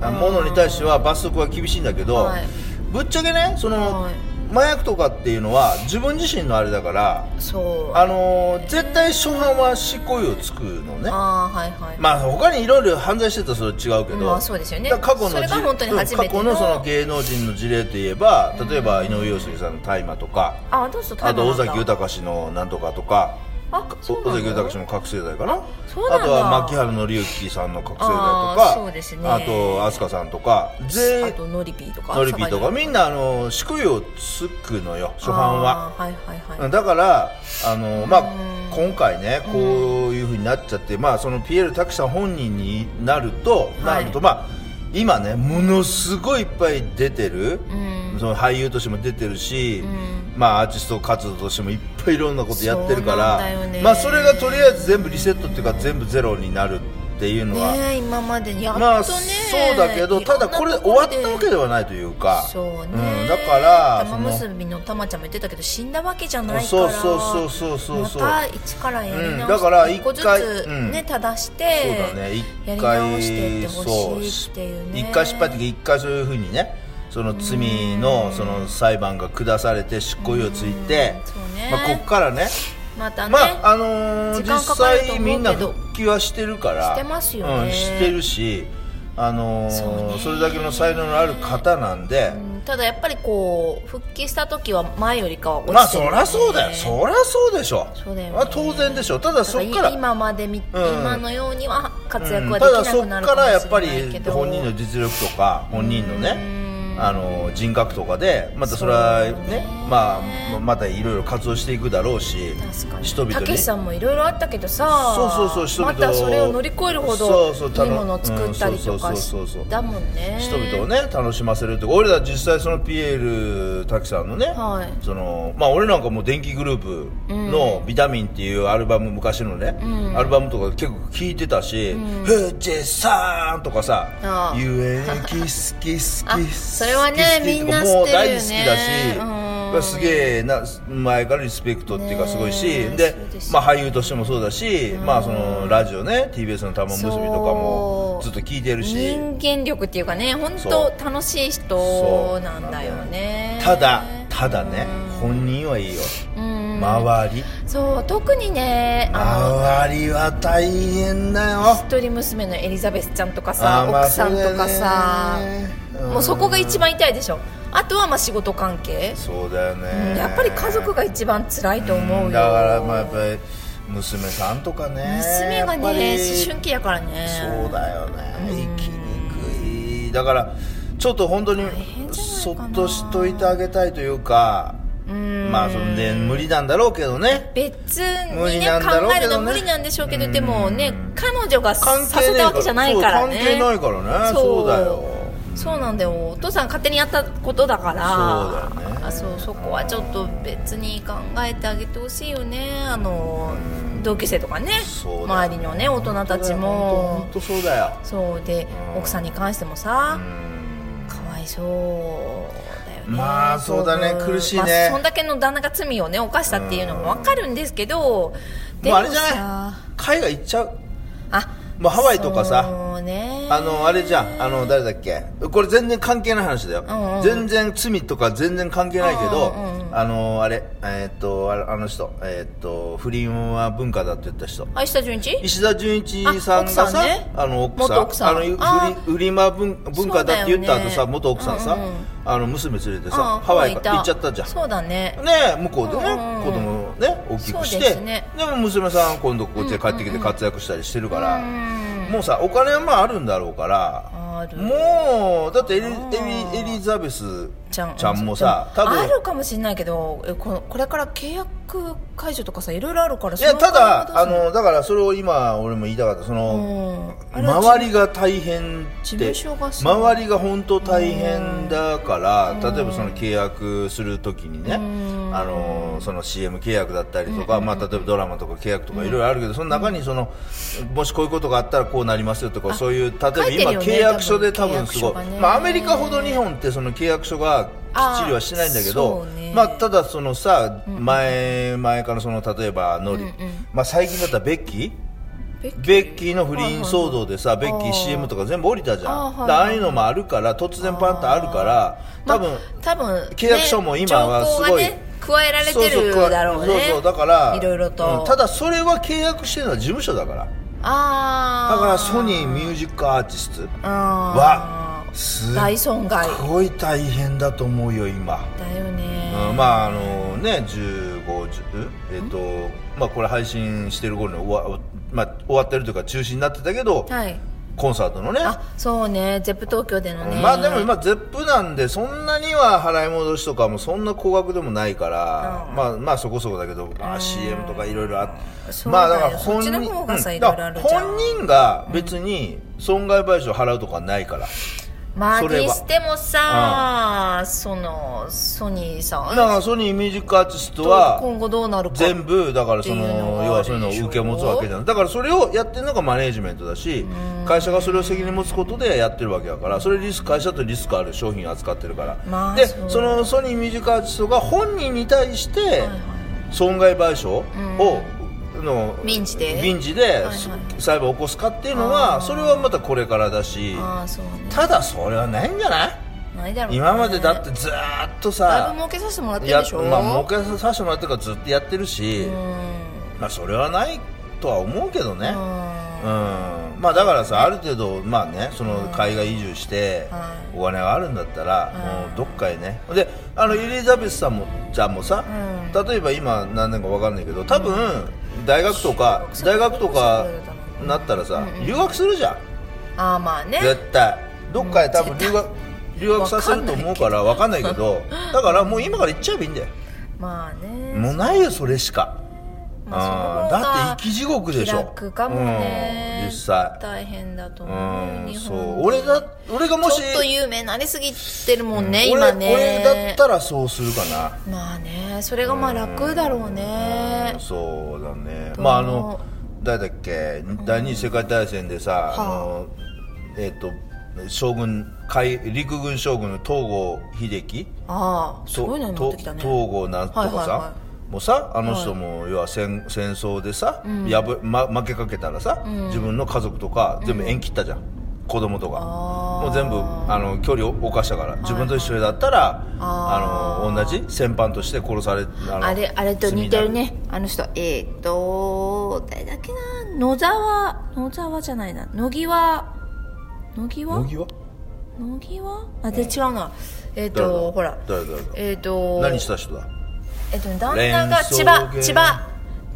Speaker 3: あものに対しては罰則は厳しいんだけど、
Speaker 2: はい
Speaker 3: ぶっちゃけねその、
Speaker 2: はい
Speaker 3: 麻薬とかっていうのは自分自身のあれだから、
Speaker 2: そう
Speaker 3: あのー絶対初犯は執行猶予つくのね
Speaker 2: あーはいはい、
Speaker 3: まあ他にいろいろ犯罪してたらそれは違うけど、
Speaker 2: まあそうですよね
Speaker 3: だから過去の
Speaker 2: それが本当に初めての
Speaker 3: 過去のその芸能人の事例といえば例えば井上陽水さんの大麻とか、
Speaker 2: あどうぞ
Speaker 3: あと尾崎豊氏のなんとかとか
Speaker 2: あそう
Speaker 3: 尾
Speaker 2: な
Speaker 3: 崎
Speaker 2: ん
Speaker 3: 豊
Speaker 2: だ
Speaker 3: 氏の覚醒剤かなあ
Speaker 2: そうなんだ
Speaker 3: とは牧原紀之さんの覚醒剤と
Speaker 2: あー
Speaker 3: か
Speaker 2: そうですね
Speaker 3: あと飛鳥さんとか全
Speaker 2: あ
Speaker 3: 員
Speaker 2: とノリピーとか
Speaker 3: ノリピーとか
Speaker 2: 酒井
Speaker 3: みんなあの執行猶予つくのよ初犯は。
Speaker 2: あーはいはいはい、
Speaker 3: だから、あのまあ、今回ね、こういうふうになっちゃって、まあ、そのピエール拓さん本人になると、
Speaker 2: はい
Speaker 3: なるとまあ、今ね、ものすごいいっぱい出てる、
Speaker 2: うん
Speaker 3: その俳優としても出てるし、
Speaker 2: う
Speaker 3: まあ、アーティスト活動としてもいっぱいいろんなことやってるか
Speaker 2: そうなんだよね
Speaker 3: ら、まあ、それがとりあえず全部リセットっていうか、全部ゼロになるっていうのは、
Speaker 2: ねえ今までにやっとね、
Speaker 3: まあ、そうだけ
Speaker 2: い
Speaker 3: ど、
Speaker 2: ろ
Speaker 3: た
Speaker 2: んな
Speaker 3: だこれ
Speaker 2: と
Speaker 3: 終
Speaker 2: ろ
Speaker 3: わっ
Speaker 2: で
Speaker 3: たわけではないというか、
Speaker 2: そうね、
Speaker 3: ん、だから、
Speaker 2: 玉
Speaker 3: その
Speaker 2: 結びの玉ちゃんも言ってたけど死んだわけじゃないから
Speaker 3: そうそうそうそうそうそう
Speaker 2: また一からやり直して、
Speaker 3: うんだから
Speaker 2: 一個ず
Speaker 3: 一回
Speaker 2: つね、
Speaker 3: うん
Speaker 2: 正して
Speaker 3: そうだね一
Speaker 2: やり直してって
Speaker 3: 回
Speaker 2: ほ
Speaker 3: そう
Speaker 2: しいっていうね
Speaker 3: 一回失敗って一回そういうふうにねその罪のその裁判が下されて執行猶予ついて
Speaker 2: うんそうね
Speaker 3: まあここからね
Speaker 2: またね、
Speaker 3: まああのー
Speaker 2: 時間か
Speaker 3: 実
Speaker 2: かると思うけど
Speaker 3: 際みんな復帰はしてるから
Speaker 2: してますよね
Speaker 3: うんしてるしあのー
Speaker 2: そうね
Speaker 3: それだけの才能のある方なんで
Speaker 2: うんただやっぱりこう復帰した時は前よりかは落
Speaker 3: まあ
Speaker 2: ちて
Speaker 3: そ
Speaker 2: るよね
Speaker 3: りゃそうだよそりゃそうでしょ
Speaker 2: そうだよね
Speaker 3: まあ当然でしょただそっか
Speaker 2: だ
Speaker 3: ら
Speaker 2: ら今までみ、
Speaker 3: ん
Speaker 2: 今のようには活躍
Speaker 3: う
Speaker 2: はで
Speaker 3: んた
Speaker 2: き
Speaker 3: だ
Speaker 2: な
Speaker 3: そ
Speaker 2: く
Speaker 3: っ
Speaker 2: なる
Speaker 3: か
Speaker 2: からも
Speaker 3: や
Speaker 2: し
Speaker 3: っ
Speaker 2: れ
Speaker 3: ぱり
Speaker 2: ないけど
Speaker 3: 本人の実力とか本人のねあの人格とかでまたそれはね
Speaker 2: そうね
Speaker 3: まあまたいろいろ活動していくだろうし
Speaker 2: 確かに
Speaker 3: 人々
Speaker 2: た
Speaker 3: に
Speaker 2: けしさんもいろいろあったけどさ
Speaker 3: そうそうそう人々を
Speaker 2: またそれを乗り越えるほ
Speaker 3: そ
Speaker 2: ど
Speaker 3: うそう
Speaker 2: いいものを作ったりとか
Speaker 3: うん
Speaker 2: し
Speaker 3: そうそうそうそう
Speaker 2: だもんね
Speaker 3: 人々をね楽しませるとか俺ら実際そのピエール滝さんのね、
Speaker 2: はい
Speaker 3: そのまあ、俺なんかもう電気グループの「ビタミン」っていうアルバム昔のね、アルバムとか結構聴いてたし「フーチェさん」とか
Speaker 2: あ
Speaker 3: さ
Speaker 2: あ
Speaker 3: 「ゆえにキスキス
Speaker 2: あ
Speaker 3: キス」
Speaker 2: それはね
Speaker 3: キスキス
Speaker 2: みんな
Speaker 3: もう
Speaker 2: 知ってるよね
Speaker 3: 大好きだし
Speaker 2: うん
Speaker 3: すげえな前からリスペクトっていうかすごいし、
Speaker 2: ねえ
Speaker 3: で
Speaker 2: そうです
Speaker 3: まあ、俳優としてもそうだし、まあ、そのラジオね TBS の玉結びとかも
Speaker 2: そ
Speaker 3: ず
Speaker 2: う
Speaker 3: っと聴いてるし
Speaker 2: 人間力っていうかね本
Speaker 3: そ
Speaker 2: 当楽しい人なんだよね
Speaker 3: ただただね本人はいいよ
Speaker 2: うん
Speaker 3: 周り
Speaker 2: そう特にねあの
Speaker 3: 周りは大変だよ
Speaker 2: 一人娘のエリザベスちゃんとか
Speaker 3: あ
Speaker 2: さ
Speaker 3: ーまあ
Speaker 2: 奥さんとかさ
Speaker 3: そうだよねうん
Speaker 2: もうそこが一番痛いでしょあとはまあ仕事関係
Speaker 3: そうだよ
Speaker 2: うん
Speaker 3: ね
Speaker 2: やっぱり家族が一番辛いと思うよ
Speaker 3: んだからまあやっぱり娘さんとかね
Speaker 2: 娘が
Speaker 3: やっぱり
Speaker 2: ね思春期やからね
Speaker 3: そうだよね生きにくいだからちょっと本当に
Speaker 2: 変じゃない
Speaker 3: そ
Speaker 2: かな
Speaker 3: っとしといてあげたいというかまあそのね無理なんだろうけどね
Speaker 2: 別
Speaker 3: 無
Speaker 2: に
Speaker 3: 理
Speaker 2: ね
Speaker 3: なんだろ
Speaker 2: 考
Speaker 3: う
Speaker 2: え
Speaker 3: け
Speaker 2: るの
Speaker 3: ど
Speaker 2: は
Speaker 3: ね
Speaker 2: 無理なんでしょうけど
Speaker 3: うん
Speaker 2: でもね彼女が
Speaker 3: 関係
Speaker 2: させたわけじゃないからね
Speaker 3: そう関係ないからねそうだよ
Speaker 2: そうなんだよお父さん勝手にやったことだから
Speaker 3: そうだよね
Speaker 2: あそうそこはちょっと別に考えてあげてほしいよねあの同級生とかね
Speaker 3: そうだよ
Speaker 2: 周りのね大人たち
Speaker 3: 本
Speaker 2: も
Speaker 3: 当そうだよ
Speaker 2: そうで
Speaker 3: うん
Speaker 2: 奥さんに関してもさかわいそうだよね
Speaker 3: まあそうだね
Speaker 2: ん
Speaker 3: 苦しいね
Speaker 2: まあ、そんだけの旦那が罪をね犯したっていうのも分かるんですけどで
Speaker 3: もう
Speaker 2: も
Speaker 3: あ
Speaker 2: さ
Speaker 3: れじゃない海外行っちゃう
Speaker 2: あ
Speaker 3: もうハワイとかさ
Speaker 2: そうね
Speaker 3: あのあれじゃんあの誰だっけこれ全然関係ない話だよ、
Speaker 2: んうん
Speaker 3: 全然罪とか全然関係ないけど、
Speaker 2: うんうんう
Speaker 3: あのあれえーっとあれあの人えーっと不倫は文化だって言った人
Speaker 2: あ石田純一
Speaker 3: 石田純一さんが
Speaker 2: あ
Speaker 3: さ
Speaker 2: 奥さんね
Speaker 3: あの奥さん
Speaker 2: 元奥さん
Speaker 3: あの
Speaker 2: あー
Speaker 3: 不倫売り間文文化だって言った後
Speaker 2: そうだ
Speaker 3: さ、
Speaker 2: よね
Speaker 3: 元奥さんさ、
Speaker 2: うんうん
Speaker 3: あの娘連れて
Speaker 2: う
Speaker 3: さ
Speaker 2: ん
Speaker 3: ハワイか
Speaker 2: た
Speaker 3: 行っちゃったじゃん
Speaker 2: そうだね
Speaker 3: ね向こうでね、
Speaker 2: うんうん
Speaker 3: 子供をね大きく
Speaker 2: そう
Speaker 3: し
Speaker 2: で
Speaker 3: て
Speaker 2: す
Speaker 3: で,、
Speaker 2: ね
Speaker 3: も娘さんは今度こっちで帰ってきて活躍したりしてるから、
Speaker 2: うん
Speaker 3: もうさお金はまああるんだろうから
Speaker 2: ある
Speaker 3: もうだってエリエリエリザベス
Speaker 2: ち
Speaker 3: ち
Speaker 2: ゃん
Speaker 3: ゃんもさ
Speaker 2: で
Speaker 3: 多
Speaker 2: も
Speaker 3: 分
Speaker 2: あるかもしれないけどえこのこれから契約解除とかさいろいろあるから
Speaker 3: いやただあ
Speaker 2: その
Speaker 3: のだからそれを今俺も言いたかったその、
Speaker 2: 間はどうするうんあれは
Speaker 3: 周りが大変って
Speaker 2: 事務所がそう
Speaker 3: 周りが本当大変だから例えばその契約するときにねあのその CM 契約だったりとか、まあ、例えばドラマとか契約とかいろいろあるけどその中にそのもしこういうことがあったらこうなりますよとかそういう例えば
Speaker 2: 書いてるよ
Speaker 3: 今
Speaker 2: ね
Speaker 3: 契約所で多分すご
Speaker 2: 契約書が
Speaker 3: い、
Speaker 2: ね
Speaker 3: まあ、アメリカほど日本ってその契約書がきっちりはしないんだけ
Speaker 2: あー
Speaker 3: ど
Speaker 2: そうね
Speaker 3: まあ、ただそのさ、前前からその例えばノリ、まあ、最近だったらベッキー
Speaker 2: ベッキ
Speaker 3: ベッキーの不倫騒動でさ、ベッキー CM とか全部降りたじゃ
Speaker 2: あ
Speaker 3: ん
Speaker 2: ーはいはい
Speaker 3: でああいうのもあるから突然パンとあるから多分、
Speaker 2: まあ多分
Speaker 3: 契約書も今はすごい
Speaker 2: ね情報がね加えられてるだろうね
Speaker 3: そうそうだから
Speaker 2: いろいろと、
Speaker 3: うんただそれは契約してるのは事務所だから
Speaker 2: ああ
Speaker 3: だからソニーミュージックアーティスト
Speaker 2: は
Speaker 3: はすっ
Speaker 2: 大損害
Speaker 3: ごい大変だと思うよ今、
Speaker 2: だよね、
Speaker 3: うんまああのね15 10えっ、とまあこれ配信してる頃に終わ,、まあ、終わってるというか中止になってたけど、
Speaker 2: はい
Speaker 3: コンサートのね
Speaker 2: あそうねゼップ東京でのね
Speaker 3: まあでも今ゼップなんでそんなには払い戻しとかもそんな高額でもないから、まあまあそこそこだけど、まあ、CM とかいろいろあって
Speaker 2: そう
Speaker 3: ま
Speaker 2: だよ
Speaker 3: あだから本人
Speaker 2: そっちの方がさ
Speaker 3: うん
Speaker 2: 色々あるじゃん
Speaker 3: だから本人が別に損害賠償払うとかないから、
Speaker 2: まあ
Speaker 3: それは
Speaker 2: にしてもさそのソニーさ
Speaker 3: だ
Speaker 2: ん
Speaker 3: からソニーミュージックアーティストは
Speaker 2: 今後どうなるか
Speaker 3: 全部だからそ
Speaker 2: っ
Speaker 3: の
Speaker 2: ていうのは
Speaker 3: 要はそういうのを受け持つわけじゃんだからそれをやってるのがマネージメントだし会社がそれを責任持つことでやってるわけだからそれリスク会社とリスクある商品を扱ってるから、
Speaker 2: まあ
Speaker 3: で
Speaker 2: そう
Speaker 3: そのソニーミュージックアーティストが本人に対して損害賠償を、の
Speaker 2: 民事で
Speaker 3: 民事で
Speaker 2: はい
Speaker 3: 裁判を起こすかっていうのはそれはまたこれからだし
Speaker 2: ああそうね
Speaker 3: ただそれはないんじゃない
Speaker 2: ないだろう、ね、
Speaker 3: 今までだってずーっと
Speaker 2: だいぶ
Speaker 3: さ
Speaker 2: 儲けさせてもらってる
Speaker 3: や
Speaker 2: でしょ
Speaker 3: まあ儲けさせてもらってるからずっとやってるし、まあそれはないとは思うけどね、うんまあだからさある程度まあねその海外移住してお金があるんだったら、もうどっかへねであのエリザベスさんもじゃあもうさ、例えば今何年か分かんないけど多分大学とか
Speaker 2: そう
Speaker 3: 大学と
Speaker 2: そ
Speaker 3: か
Speaker 2: うだろう
Speaker 3: なったらさ、留学するじゃん
Speaker 2: ああまあね
Speaker 3: 絶対どっかへ多分留学留学させると思うから分かんないけどだからもう今から行っちゃえばいいんだよ
Speaker 2: まあね
Speaker 3: もうないよそれしか、
Speaker 2: まあ
Speaker 3: うん
Speaker 2: その方が
Speaker 3: だって生き地獄でしょ
Speaker 2: 気楽かもね、
Speaker 3: うん、実際
Speaker 2: 大変だと
Speaker 3: う
Speaker 2: 思う、
Speaker 3: ん
Speaker 2: 日
Speaker 3: そ
Speaker 2: 本
Speaker 3: う俺だ俺がもし
Speaker 2: ちょっと有名になりすぎてるもんね、
Speaker 3: 俺
Speaker 2: 今ね
Speaker 3: 俺だったらそうするかな
Speaker 2: まあねそれがまあ楽だろうね
Speaker 3: うんそうだね
Speaker 2: どう
Speaker 3: まああの誰だっけ第二次世界大戦でさ、あのえっ、と将軍海陸軍将軍の東郷秀樹
Speaker 2: ああす
Speaker 3: と
Speaker 2: ごいのに持ってきたね
Speaker 3: と東郷なんとかさ、
Speaker 2: はいはいは
Speaker 3: もうさあの人も、要は戦戦争でさ、やぶま、負けかけたらさ、自分の家族とか全部縁切ったじゃん、子供とか
Speaker 2: あー
Speaker 3: もう全部あの距離を犯したから自分と一緒だったら、
Speaker 2: あ
Speaker 3: あの同じ戦犯として殺されあの
Speaker 2: あれあれと似てる
Speaker 3: 罪にな
Speaker 2: ねあの人えー、っと誰だっけな野沢野沢じゃないな野際野際
Speaker 3: 乃木は
Speaker 2: 野際あで違うなえー、っ
Speaker 3: 誰
Speaker 2: と
Speaker 3: だ
Speaker 2: ほら
Speaker 3: 誰だ誰だ
Speaker 2: えー、っと
Speaker 3: 何した人だ
Speaker 2: えっと旦那が千葉
Speaker 3: 連想
Speaker 2: 千葉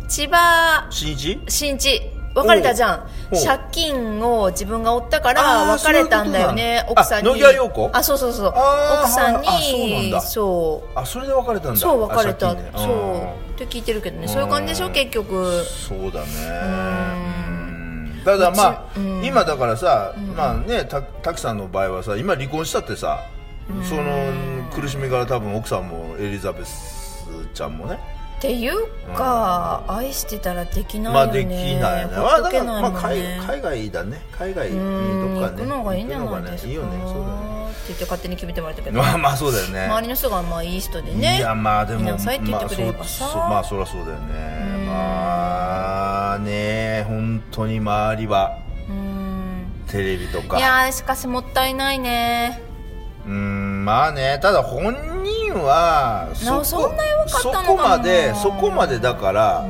Speaker 2: 千葉
Speaker 3: 新一
Speaker 2: 新地別れたじゃん
Speaker 3: おうおう
Speaker 2: 借金を自分が負ったか
Speaker 3: あー
Speaker 2: ら別れたんだよね
Speaker 3: そういうこ
Speaker 2: 奥
Speaker 3: となの
Speaker 2: さんに
Speaker 3: あ野際陽子
Speaker 2: あそうそうそう
Speaker 3: あー
Speaker 2: 奥さん
Speaker 3: あそうなん
Speaker 2: に
Speaker 3: だ
Speaker 2: そう
Speaker 3: あそれで別れたんだ
Speaker 2: そう別れた、
Speaker 3: あ借金で
Speaker 2: そうって聞いてるけどねそういう感じでしょ結局
Speaker 3: そうだねうんただまあ、今だからさ、まあねた滝さんの場合はさ今離婚したってさその苦しみから多分奥さんもエリザベスちゃんもね
Speaker 2: っていうか愛してたらできない
Speaker 3: ま
Speaker 2: よね
Speaker 3: あできないよね、
Speaker 2: ほ
Speaker 3: まあ、
Speaker 2: っと
Speaker 3: だ
Speaker 2: け
Speaker 3: か
Speaker 2: な
Speaker 3: ら、
Speaker 2: い
Speaker 3: ま
Speaker 2: も
Speaker 3: あ、
Speaker 2: んね
Speaker 3: 海海外だね海外に
Speaker 2: うん
Speaker 3: どっか
Speaker 2: 行
Speaker 3: ね
Speaker 2: くのがいいんじゃないですか
Speaker 3: 行くのがねいいよねそうだよね
Speaker 2: って言って勝手に決めてもらったけど
Speaker 3: まあまあそうだよね
Speaker 2: 周りの人がまあいい人でね
Speaker 3: いやまあでも
Speaker 2: 見なさいって言ってくれればさ、
Speaker 3: まあそまあそりゃそうだよねまあね本当に周りはテレビとか
Speaker 2: いやーしかしもったいないね
Speaker 3: うーんまあねただ本人は
Speaker 2: な
Speaker 3: こ
Speaker 2: そんな弱かったのかな
Speaker 3: そこまでそこまでだから、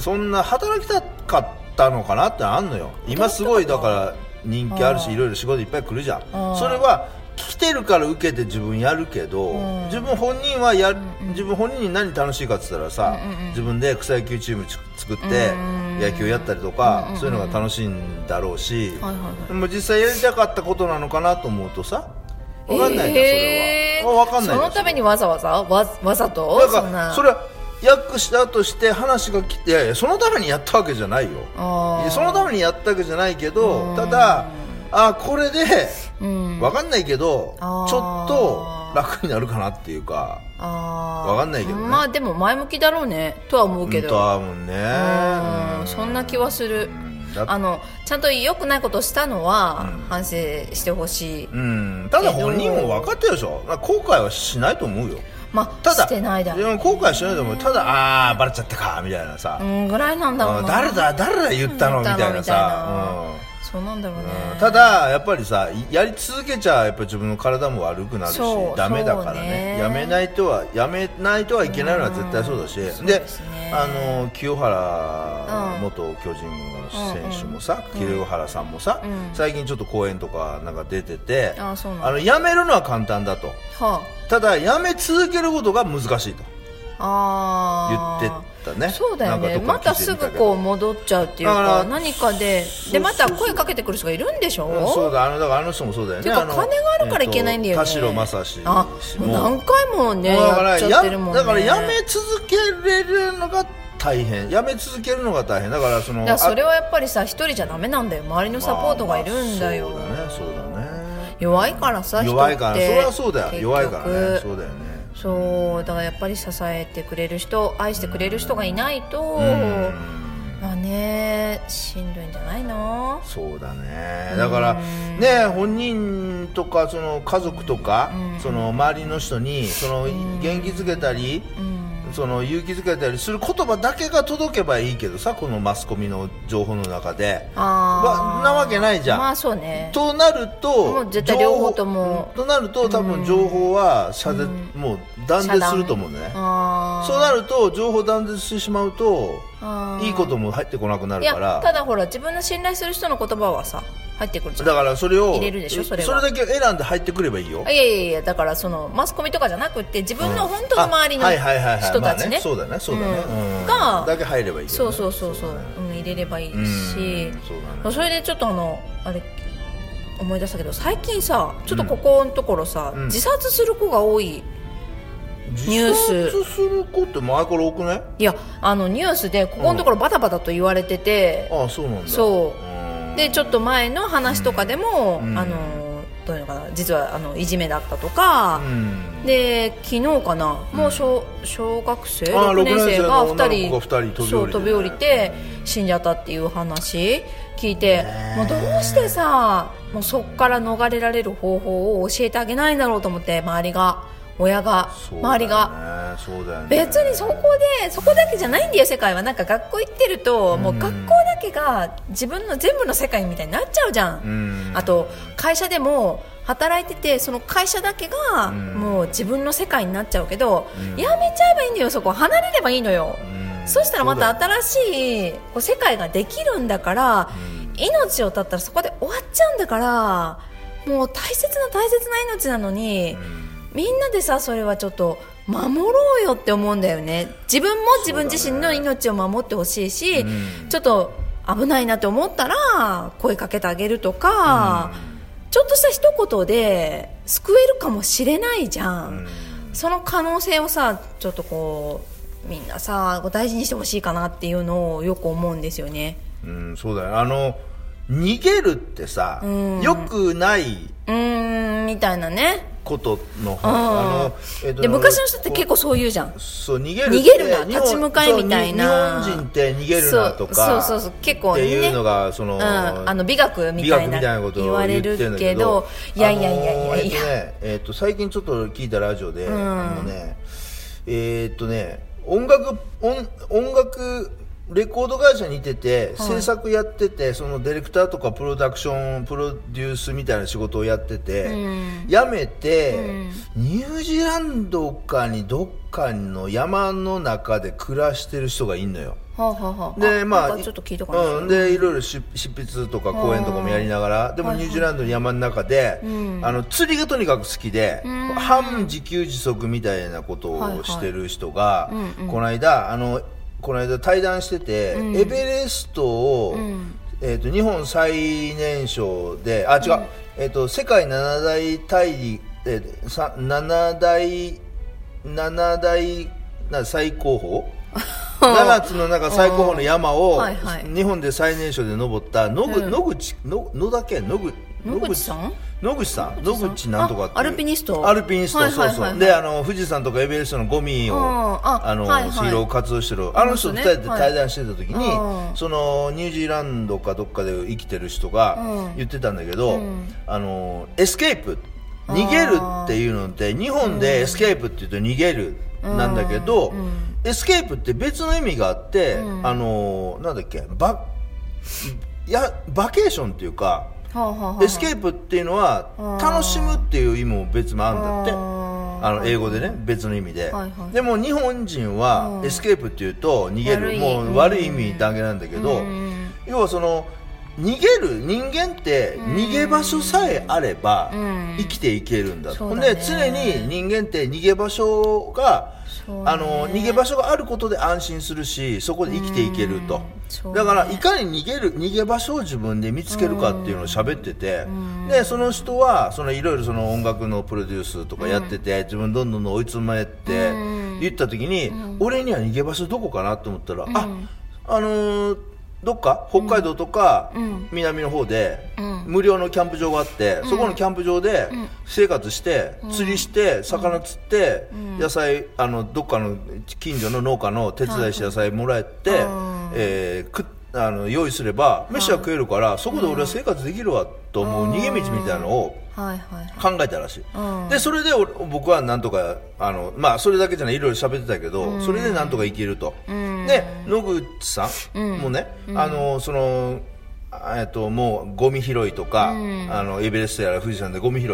Speaker 3: そんな働きたかったのかなってあんのよ今すごいだから人気あるしいろいろ仕事いっぱい来るじゃんそれは来てるから受けて自分やるけど、自分本人はやる、自分本人に何楽しいかって言ったらさ、自分で草野球チームち作って野球やったりとか、そういうのが楽しいんだろうし、
Speaker 2: はいはいはい
Speaker 3: でも実際やりたかったことなのかなと思うとさ分かんないな、
Speaker 2: え
Speaker 3: それは分かんない
Speaker 2: そ
Speaker 3: な
Speaker 2: のためにわざわざわわざと
Speaker 3: だ
Speaker 2: ん
Speaker 3: から
Speaker 2: な
Speaker 3: それは訳したとして話が来ていやいやそのためにやったわけじゃないよ
Speaker 2: あー
Speaker 3: いやそのためにやったわけじゃないけどただあこれで
Speaker 2: うん
Speaker 3: 分かんないけどち
Speaker 2: あー
Speaker 3: ょっと楽になるかなっていうか
Speaker 2: あー
Speaker 3: わかんないけどね
Speaker 2: まあでも前向きだろうねとは思う
Speaker 3: う
Speaker 2: け
Speaker 3: ん
Speaker 2: ど
Speaker 3: とはもうね
Speaker 2: うんそんな気はする
Speaker 3: うんだ
Speaker 2: あのちゃんと良くないことをしたのは反省してほしい、
Speaker 3: うん、ただ本人も分かってるでしょ、まあ、後悔はしないと思うよ
Speaker 2: まあ
Speaker 3: ただ
Speaker 2: してないだろう、
Speaker 3: うん後悔はしないと思うただああーバレちゃったかみたいなさ、
Speaker 2: うん、ぐらいなんだろう
Speaker 3: うん
Speaker 2: な
Speaker 3: 誰だ誰だ言ったのみ
Speaker 2: 言
Speaker 3: た
Speaker 2: ったのみ
Speaker 3: いな
Speaker 2: たい
Speaker 3: さ、
Speaker 2: なそうなんだろうね
Speaker 3: うん、ただやっぱりさやり続けちゃやっぱ自分の体も悪くなるし
Speaker 2: そう
Speaker 3: ダメだからね
Speaker 2: そうね
Speaker 3: やめないとはやめないとはいけないのは絶対そうだし、
Speaker 2: うんそう
Speaker 3: で
Speaker 2: ですね
Speaker 3: あの清原
Speaker 2: うん
Speaker 3: 元巨人の選手もさ、清原さんもさ、
Speaker 2: うん
Speaker 3: 最近ちょっと講演とかなんか出てて、
Speaker 2: あそうなんだ
Speaker 3: あのやめるのは簡単だと
Speaker 2: は
Speaker 3: ただやめ続けることが難しいと言
Speaker 2: ああ
Speaker 3: ってたね
Speaker 2: そうだよね
Speaker 3: なん
Speaker 2: また
Speaker 3: かどっか聞
Speaker 2: す
Speaker 3: いてみ
Speaker 2: ぐ
Speaker 3: けど
Speaker 2: こう戻っちゃうっていう
Speaker 3: だ
Speaker 2: か
Speaker 3: から
Speaker 2: 何かで
Speaker 3: そう
Speaker 2: でまた
Speaker 3: そうそう
Speaker 2: 声かけてくる人がいるんでしょ
Speaker 3: うんそうだあのだからあの人もそうだよね
Speaker 2: てか
Speaker 3: の
Speaker 2: 金があるからいけないんだよね
Speaker 3: えっと田代正史
Speaker 2: あもう何回もね
Speaker 3: もうだか
Speaker 2: や
Speaker 3: ら
Speaker 2: っちゃってるもんね
Speaker 3: やだからやめ続けれるのが大変やめ続けるのが大変だからその
Speaker 2: だからそれ
Speaker 3: を
Speaker 2: はやっぱりさ一人じゃダメなんだよ周りのサポートがいるんだよ、
Speaker 3: そうだね
Speaker 2: 弱いから
Speaker 3: そうだ
Speaker 2: さ
Speaker 3: ね弱いから
Speaker 2: 人って
Speaker 3: それはそうだよ
Speaker 2: 結局
Speaker 3: 弱いからねそうだよね
Speaker 2: そうだからやっぱり支えてくれる人愛してくれる人がいないと、
Speaker 3: うん
Speaker 2: まあねしんどいんじゃないの
Speaker 3: そうだねだからね本人とかその家族とかその周りの人にその元気づけたりその勇気づけたりする言葉だけが届けばいいけどさこのマスコミの情報の中で
Speaker 2: あ
Speaker 3: わ
Speaker 2: あ
Speaker 3: なわけないじゃん
Speaker 2: まあそうね
Speaker 3: となる
Speaker 2: も
Speaker 3: と
Speaker 2: う絶対両方とも
Speaker 3: 情報となると多分情報は遮絶もう断
Speaker 2: 遮
Speaker 3: 絶
Speaker 2: 断
Speaker 3: すると思うね
Speaker 2: あ
Speaker 3: そうなると情報断絶してしまうと
Speaker 2: あー
Speaker 3: いいことも入ってこなくな
Speaker 2: あい
Speaker 3: る
Speaker 2: や
Speaker 3: から
Speaker 2: ただほら自分の信頼する人の言葉はさ入ってくるじゃん
Speaker 3: だからそれを
Speaker 2: 入れるでしょそれは
Speaker 3: だけ選んで入ってくればいいよ
Speaker 2: あいやいやいやだからそのマスコミとかじゃなくって自分の本当の周りの
Speaker 3: あはいはいはいはい
Speaker 2: 人たち
Speaker 3: まあ
Speaker 2: ね
Speaker 3: そうだねそうだね、
Speaker 2: うん
Speaker 3: うん
Speaker 2: が
Speaker 3: だけ入ればいいけど
Speaker 2: そ
Speaker 3: ね、
Speaker 2: うそうそうそう
Speaker 3: だね
Speaker 2: うん、入れればいい
Speaker 3: うん
Speaker 2: し
Speaker 3: そうだね
Speaker 2: それでちょっとあのあれ思い出したけど最近さちょっとここのところさ、
Speaker 3: うん
Speaker 2: 自殺する子が多いニュース
Speaker 3: 自殺する子って前から多くない
Speaker 2: いやあのニュースでここのところバタバタと言われてて、
Speaker 3: ああそうなんだ
Speaker 2: そう
Speaker 3: うん
Speaker 2: でちょっと前の話とかでも、
Speaker 3: うん
Speaker 2: あのどういうのかな実はあのいじめだったとか
Speaker 3: う、ん
Speaker 2: で昨日かなもう小小学生
Speaker 3: あ
Speaker 2: 6
Speaker 3: ー
Speaker 2: 年生が2
Speaker 3: 六年生の
Speaker 2: 人
Speaker 3: 女の子が二人飛び降りてね
Speaker 2: そう飛び降りて死んじゃったっていう話聞いて
Speaker 3: ねえ
Speaker 2: もうどうしてさもうそこから逃れられる方法を教えてあげないんだろうと思って周りが親が、
Speaker 3: そうだよね
Speaker 2: 周りが。
Speaker 3: そうだよね
Speaker 2: 別にそこでそこだけじゃないんだよ世界はなんか学校行ってるともう学校だけが自分の全部の世界みたいになっちゃうじゃん、
Speaker 3: うん
Speaker 2: あと会社でも働いててその会社だけが
Speaker 3: ん
Speaker 2: もう自分の世界になっちゃうけど、
Speaker 3: う
Speaker 2: やめ
Speaker 3: ん
Speaker 2: ちゃえばいいんだよそこ離れればいいのよ、
Speaker 3: うん
Speaker 2: そしたらまた
Speaker 3: そうだよ
Speaker 2: 新しいこう世界ができるんだから、命を絶ったらそこで終わっちゃうんだからもう大切な大切な命なのに、みんなでさそれはちょっと守ろうよって思うんだよね自分も自分自身の命を守ってほしいし、
Speaker 3: うん
Speaker 2: ちょっと危ないなって思ったら声かけてあげるとか、ちょっとした一言で救えるかもしれないじゃん、その可能性をさちょっとこうみんなさこう大事にしてほしいかなっていうのをよく思うんですよね
Speaker 3: うんそうだよあの逃げるってさ、
Speaker 2: うん
Speaker 3: よくないう
Speaker 2: ーんみたいなね、
Speaker 3: ことの
Speaker 2: うん
Speaker 3: あの、えっと
Speaker 2: で昔の人って結構そう言うじゃん
Speaker 3: そう逃げるって
Speaker 2: 逃げるな
Speaker 3: 日本
Speaker 2: 立ち向かえみたいな
Speaker 3: そうに日本人って逃げるなとか
Speaker 2: そうそうそうそう結構ね
Speaker 3: っていうのがその、
Speaker 2: うん、あの美学みたい
Speaker 3: 美学み
Speaker 2: な
Speaker 3: た
Speaker 2: い
Speaker 3: なことを
Speaker 2: 言われ
Speaker 3: 言ってん
Speaker 2: る
Speaker 3: だ
Speaker 2: けどいやいやいやいやいや、
Speaker 3: あのーえっとねえっと最近ちょっと聞いたラジオ
Speaker 2: ん
Speaker 3: で、あのねえっとね音楽音音楽レコード会社にいてて、制作やっててそのディレクターとかプロダクションプロデュースみたいな仕事をやってて、辞めて、ニュージーランドかにどっかの山の中で暮らしてる人がいんのよ。
Speaker 2: はあはあはあ
Speaker 3: で
Speaker 2: あ
Speaker 3: ま
Speaker 2: な
Speaker 3: あ
Speaker 2: んかちょっと聞いたかな、
Speaker 3: うん、でいろいろ執執筆とか講演とかもやりながらでもニュージーランドの山の中で、あの釣りがとにかく好きで、半自給自足みたいなことをしてる人が、この間あのこの間対談してて、エベレストを、えー、と日本最年少であ違う、えー、と世界七大大陸、えーさ七大七大な最高峰7つの中最高峰の山を
Speaker 2: はいはい
Speaker 3: 日本で最年少で登った野,、野口の野だけ野口
Speaker 2: 野口さん
Speaker 3: 野口さん野口なんとかっていう
Speaker 2: あアルピニスト
Speaker 3: アルピニスト、
Speaker 2: はいはいはい
Speaker 3: そう
Speaker 2: は
Speaker 3: そ
Speaker 2: いう
Speaker 3: であの富士山とかエベレストのゴミを
Speaker 2: うんあ
Speaker 3: あの、
Speaker 2: はいはい
Speaker 3: 水路を活動してるあの人
Speaker 2: あ
Speaker 3: と
Speaker 2: の
Speaker 3: 二
Speaker 2: 人ね
Speaker 3: 人で対談してた時に、
Speaker 2: はい
Speaker 3: そのニュージーランドかどっかで生きてる人が
Speaker 2: うん
Speaker 3: 言ってたんだけ
Speaker 2: う
Speaker 3: ど、
Speaker 2: ん
Speaker 3: あのエスケープ逃げるっていうのって日本でエスケープって言うと逃げるなんだけど、
Speaker 2: うんうん
Speaker 3: エスケープって別の意味があって、
Speaker 2: うん
Speaker 3: あのなんだっけバやバケーションっていうか
Speaker 2: はあはあはあ
Speaker 3: エスケープっていうのは
Speaker 2: うん
Speaker 3: 楽しむっていう意味も別もあるんだって
Speaker 2: うん
Speaker 3: あの英語でね別の意味で、
Speaker 2: はいはい
Speaker 3: でも日本人は
Speaker 2: うん
Speaker 3: エスケープっていうと逃げる
Speaker 2: 悪い
Speaker 3: もう悪い意味だけなんだけど、
Speaker 2: うん
Speaker 3: 要はその逃げる人間って逃げ場所さえあれば
Speaker 2: うん
Speaker 3: 生きていけるんだ、
Speaker 2: そう
Speaker 3: ほん
Speaker 2: だね
Speaker 3: で常に人間って逃げ場所が、
Speaker 2: そうね
Speaker 3: あの逃げ場所があることで安心するしそこで生きていけると
Speaker 2: うん、そうね
Speaker 3: だからいかに逃げる逃げ場所を自分で見つけるかっていうのを喋ってて、でその人はそのいろいろその音楽のプロデュースとかやってて、自分どんどんどん追い詰めて
Speaker 2: うん
Speaker 3: 言った時に、俺には逃げ場所どこかなと思ったら、ああのーどっか北海道とか
Speaker 2: うん
Speaker 3: 南の方で
Speaker 2: うん
Speaker 3: 無料のキャンプ場があって、そこのキャンプ場で生活して、釣りして魚釣って、野菜あのどっかの近所の農家の手伝いして野菜もらえて、
Speaker 2: うん
Speaker 3: えー食っあの用意すれば飯は食えるから、そこで俺は生活できるわと思う逃げ道みたいなのを
Speaker 2: はいはいはい
Speaker 3: 考えたらしい、
Speaker 2: うん
Speaker 3: でそれで俺僕はなんとかあの、まあ、それだけじゃないいろいろ喋ってたけど、それでなんとかいけると、
Speaker 2: うん
Speaker 3: で野口さん
Speaker 2: うん
Speaker 3: もね、あのそのあえっと、もうゴミ拾いとか、
Speaker 2: うん
Speaker 3: あのエベレストやら富士山でゴミ拾い、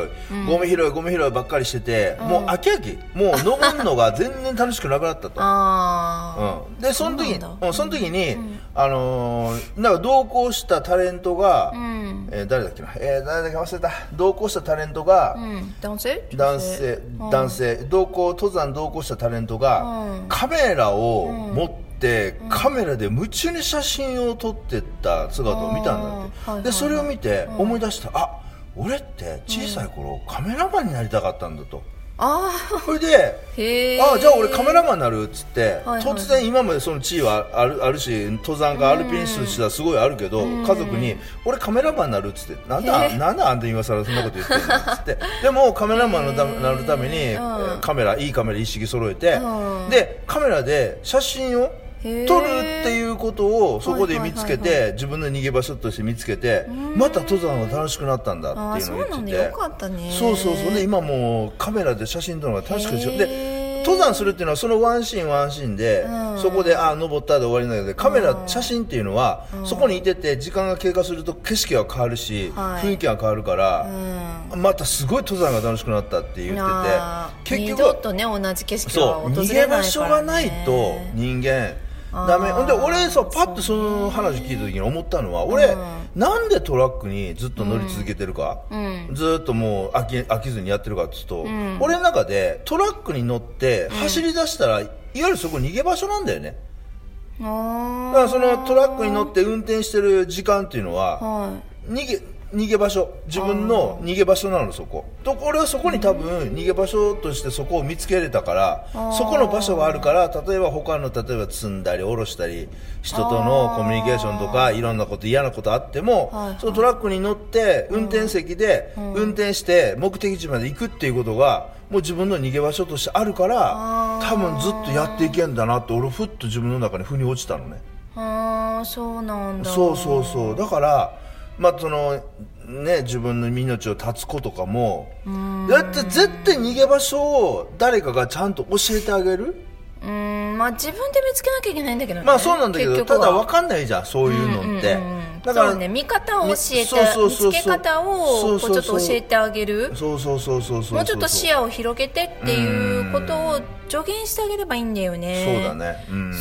Speaker 3: ゴミ拾いゴミ拾いばっかりしてて、もう飽き飽きもう登るのが全然楽しくなくなったと
Speaker 2: あ
Speaker 3: うん、でその時に
Speaker 2: そうなんだ
Speaker 3: うんその時に、あのーなんか同行したタレントが、
Speaker 2: あうん
Speaker 3: えー誰だっけな、えー誰だっけ忘れた同行したタレントが、
Speaker 2: うん男性
Speaker 3: 男性
Speaker 2: うん
Speaker 3: 男性同行登山同行したタレント
Speaker 2: う
Speaker 3: が
Speaker 2: ん
Speaker 3: カメラを持ってカメラで夢中に写真を撮ってった姿を見たんだって、
Speaker 2: あーはいはいはい
Speaker 3: でそれを見て思い出した、あ俺って小さい頃カメラマンになりたかったんだと、
Speaker 2: あ
Speaker 3: それで
Speaker 2: あへえ
Speaker 3: あじゃあ俺カメラマンになるっつって、
Speaker 2: はいはい
Speaker 3: 突然今までその地位はあるあるし登山家アルピニストはすごいあるけど、家族に俺カメラマンになるっつってなんだなんだあんた今更そんなこと言ってんのっつって
Speaker 2: [laughs]
Speaker 3: でもカメラマンのためなるために、えーカメラいいカメラ一式揃えて、
Speaker 2: うん
Speaker 3: でカメラで写真を
Speaker 2: へー
Speaker 3: 撮るっていうことをそこで見つけて、
Speaker 2: はいは
Speaker 3: 自分の逃げ場所として見つけてまた登山が楽しくなったんだ
Speaker 2: あ
Speaker 3: っ
Speaker 2: ー
Speaker 3: ていう
Speaker 2: そ
Speaker 3: のを
Speaker 2: う
Speaker 3: 言
Speaker 2: な
Speaker 3: っ
Speaker 2: ん
Speaker 3: て
Speaker 2: だ
Speaker 3: て
Speaker 2: よかったね
Speaker 3: そうそうそうで今もうカメラで写真撮るのが確かにしょ
Speaker 2: へー
Speaker 3: で登山するっていうのはそのワンシーンワンシーンで、
Speaker 2: うん
Speaker 3: そこでああ登ったで終わりなんだけどカメラ、写真っていうのは、そこにいてて時間が経過すると景色が変わるし、
Speaker 2: はい
Speaker 3: 雰囲気が変わるから、
Speaker 2: う
Speaker 3: またすごい登山が楽しくなったって言
Speaker 2: ん
Speaker 3: っ
Speaker 2: な
Speaker 3: てて
Speaker 2: 二
Speaker 3: 結
Speaker 2: 度
Speaker 3: 局
Speaker 2: とね同じ景色は
Speaker 3: そう
Speaker 2: 訪れないか
Speaker 3: 逃
Speaker 2: ら
Speaker 3: げ
Speaker 2: ね
Speaker 3: 場所がないと人間ダメ
Speaker 2: あー
Speaker 3: ほんで俺さパッとその話聞いた時に思ったのは俺、
Speaker 2: うん
Speaker 3: なんでトラックにずっと乗り続けてるか、
Speaker 2: うん
Speaker 3: ずーっともう飽き飽きずにやってるかっていうと、
Speaker 2: ん
Speaker 3: 俺の中でトラックに乗って走り出したら、いわゆるそこ逃げ場所なんだよねだか
Speaker 2: あ
Speaker 3: らそのトラックに乗って運転してる時間っていうの
Speaker 2: あ
Speaker 3: は
Speaker 2: は
Speaker 3: 逃げ逃げ場所自分の逃げ場所なのそこと俺はそこに多分逃げ場所としてそこを見つけれたから
Speaker 2: あー
Speaker 3: そこの場所があるから例えば他の例えば積んだり下ろしたり人とのコミュニケーションとかいろんなこと嫌なことあっても、
Speaker 2: はいはい
Speaker 3: そのトラックに乗って運転席で運転して目的地まで行くっていうことがもう自分の逃げ場所としてあるから
Speaker 2: あー
Speaker 3: 多分ずっとやっていけんだなって俺ふっと自分の中に腑に落ちたのね。
Speaker 2: いああそうなんだ
Speaker 3: そうそうそうだからまあそのね自分の命を絶つ子とかもだって絶対逃げ場所を誰かがちゃんと教えてあげる
Speaker 2: うーんまあ自分で見つけなきゃいけないんだけどね
Speaker 3: まあそうなんだけど
Speaker 2: 結局
Speaker 3: た
Speaker 2: は
Speaker 3: だ分かんないじゃんそういうのって、
Speaker 2: うんうんうん
Speaker 3: だから
Speaker 2: そうね見方を教えて
Speaker 3: そうそうそうそう
Speaker 2: 見つけ方
Speaker 3: そ
Speaker 2: をこ
Speaker 3: うそう
Speaker 2: うち
Speaker 3: そ
Speaker 2: ょ
Speaker 3: う
Speaker 2: っと教えてあげる
Speaker 3: そうそうそうそうそう
Speaker 2: もうちょっと視野を広げてっていうことを助言してあげればいいんだよね
Speaker 3: そうだねうん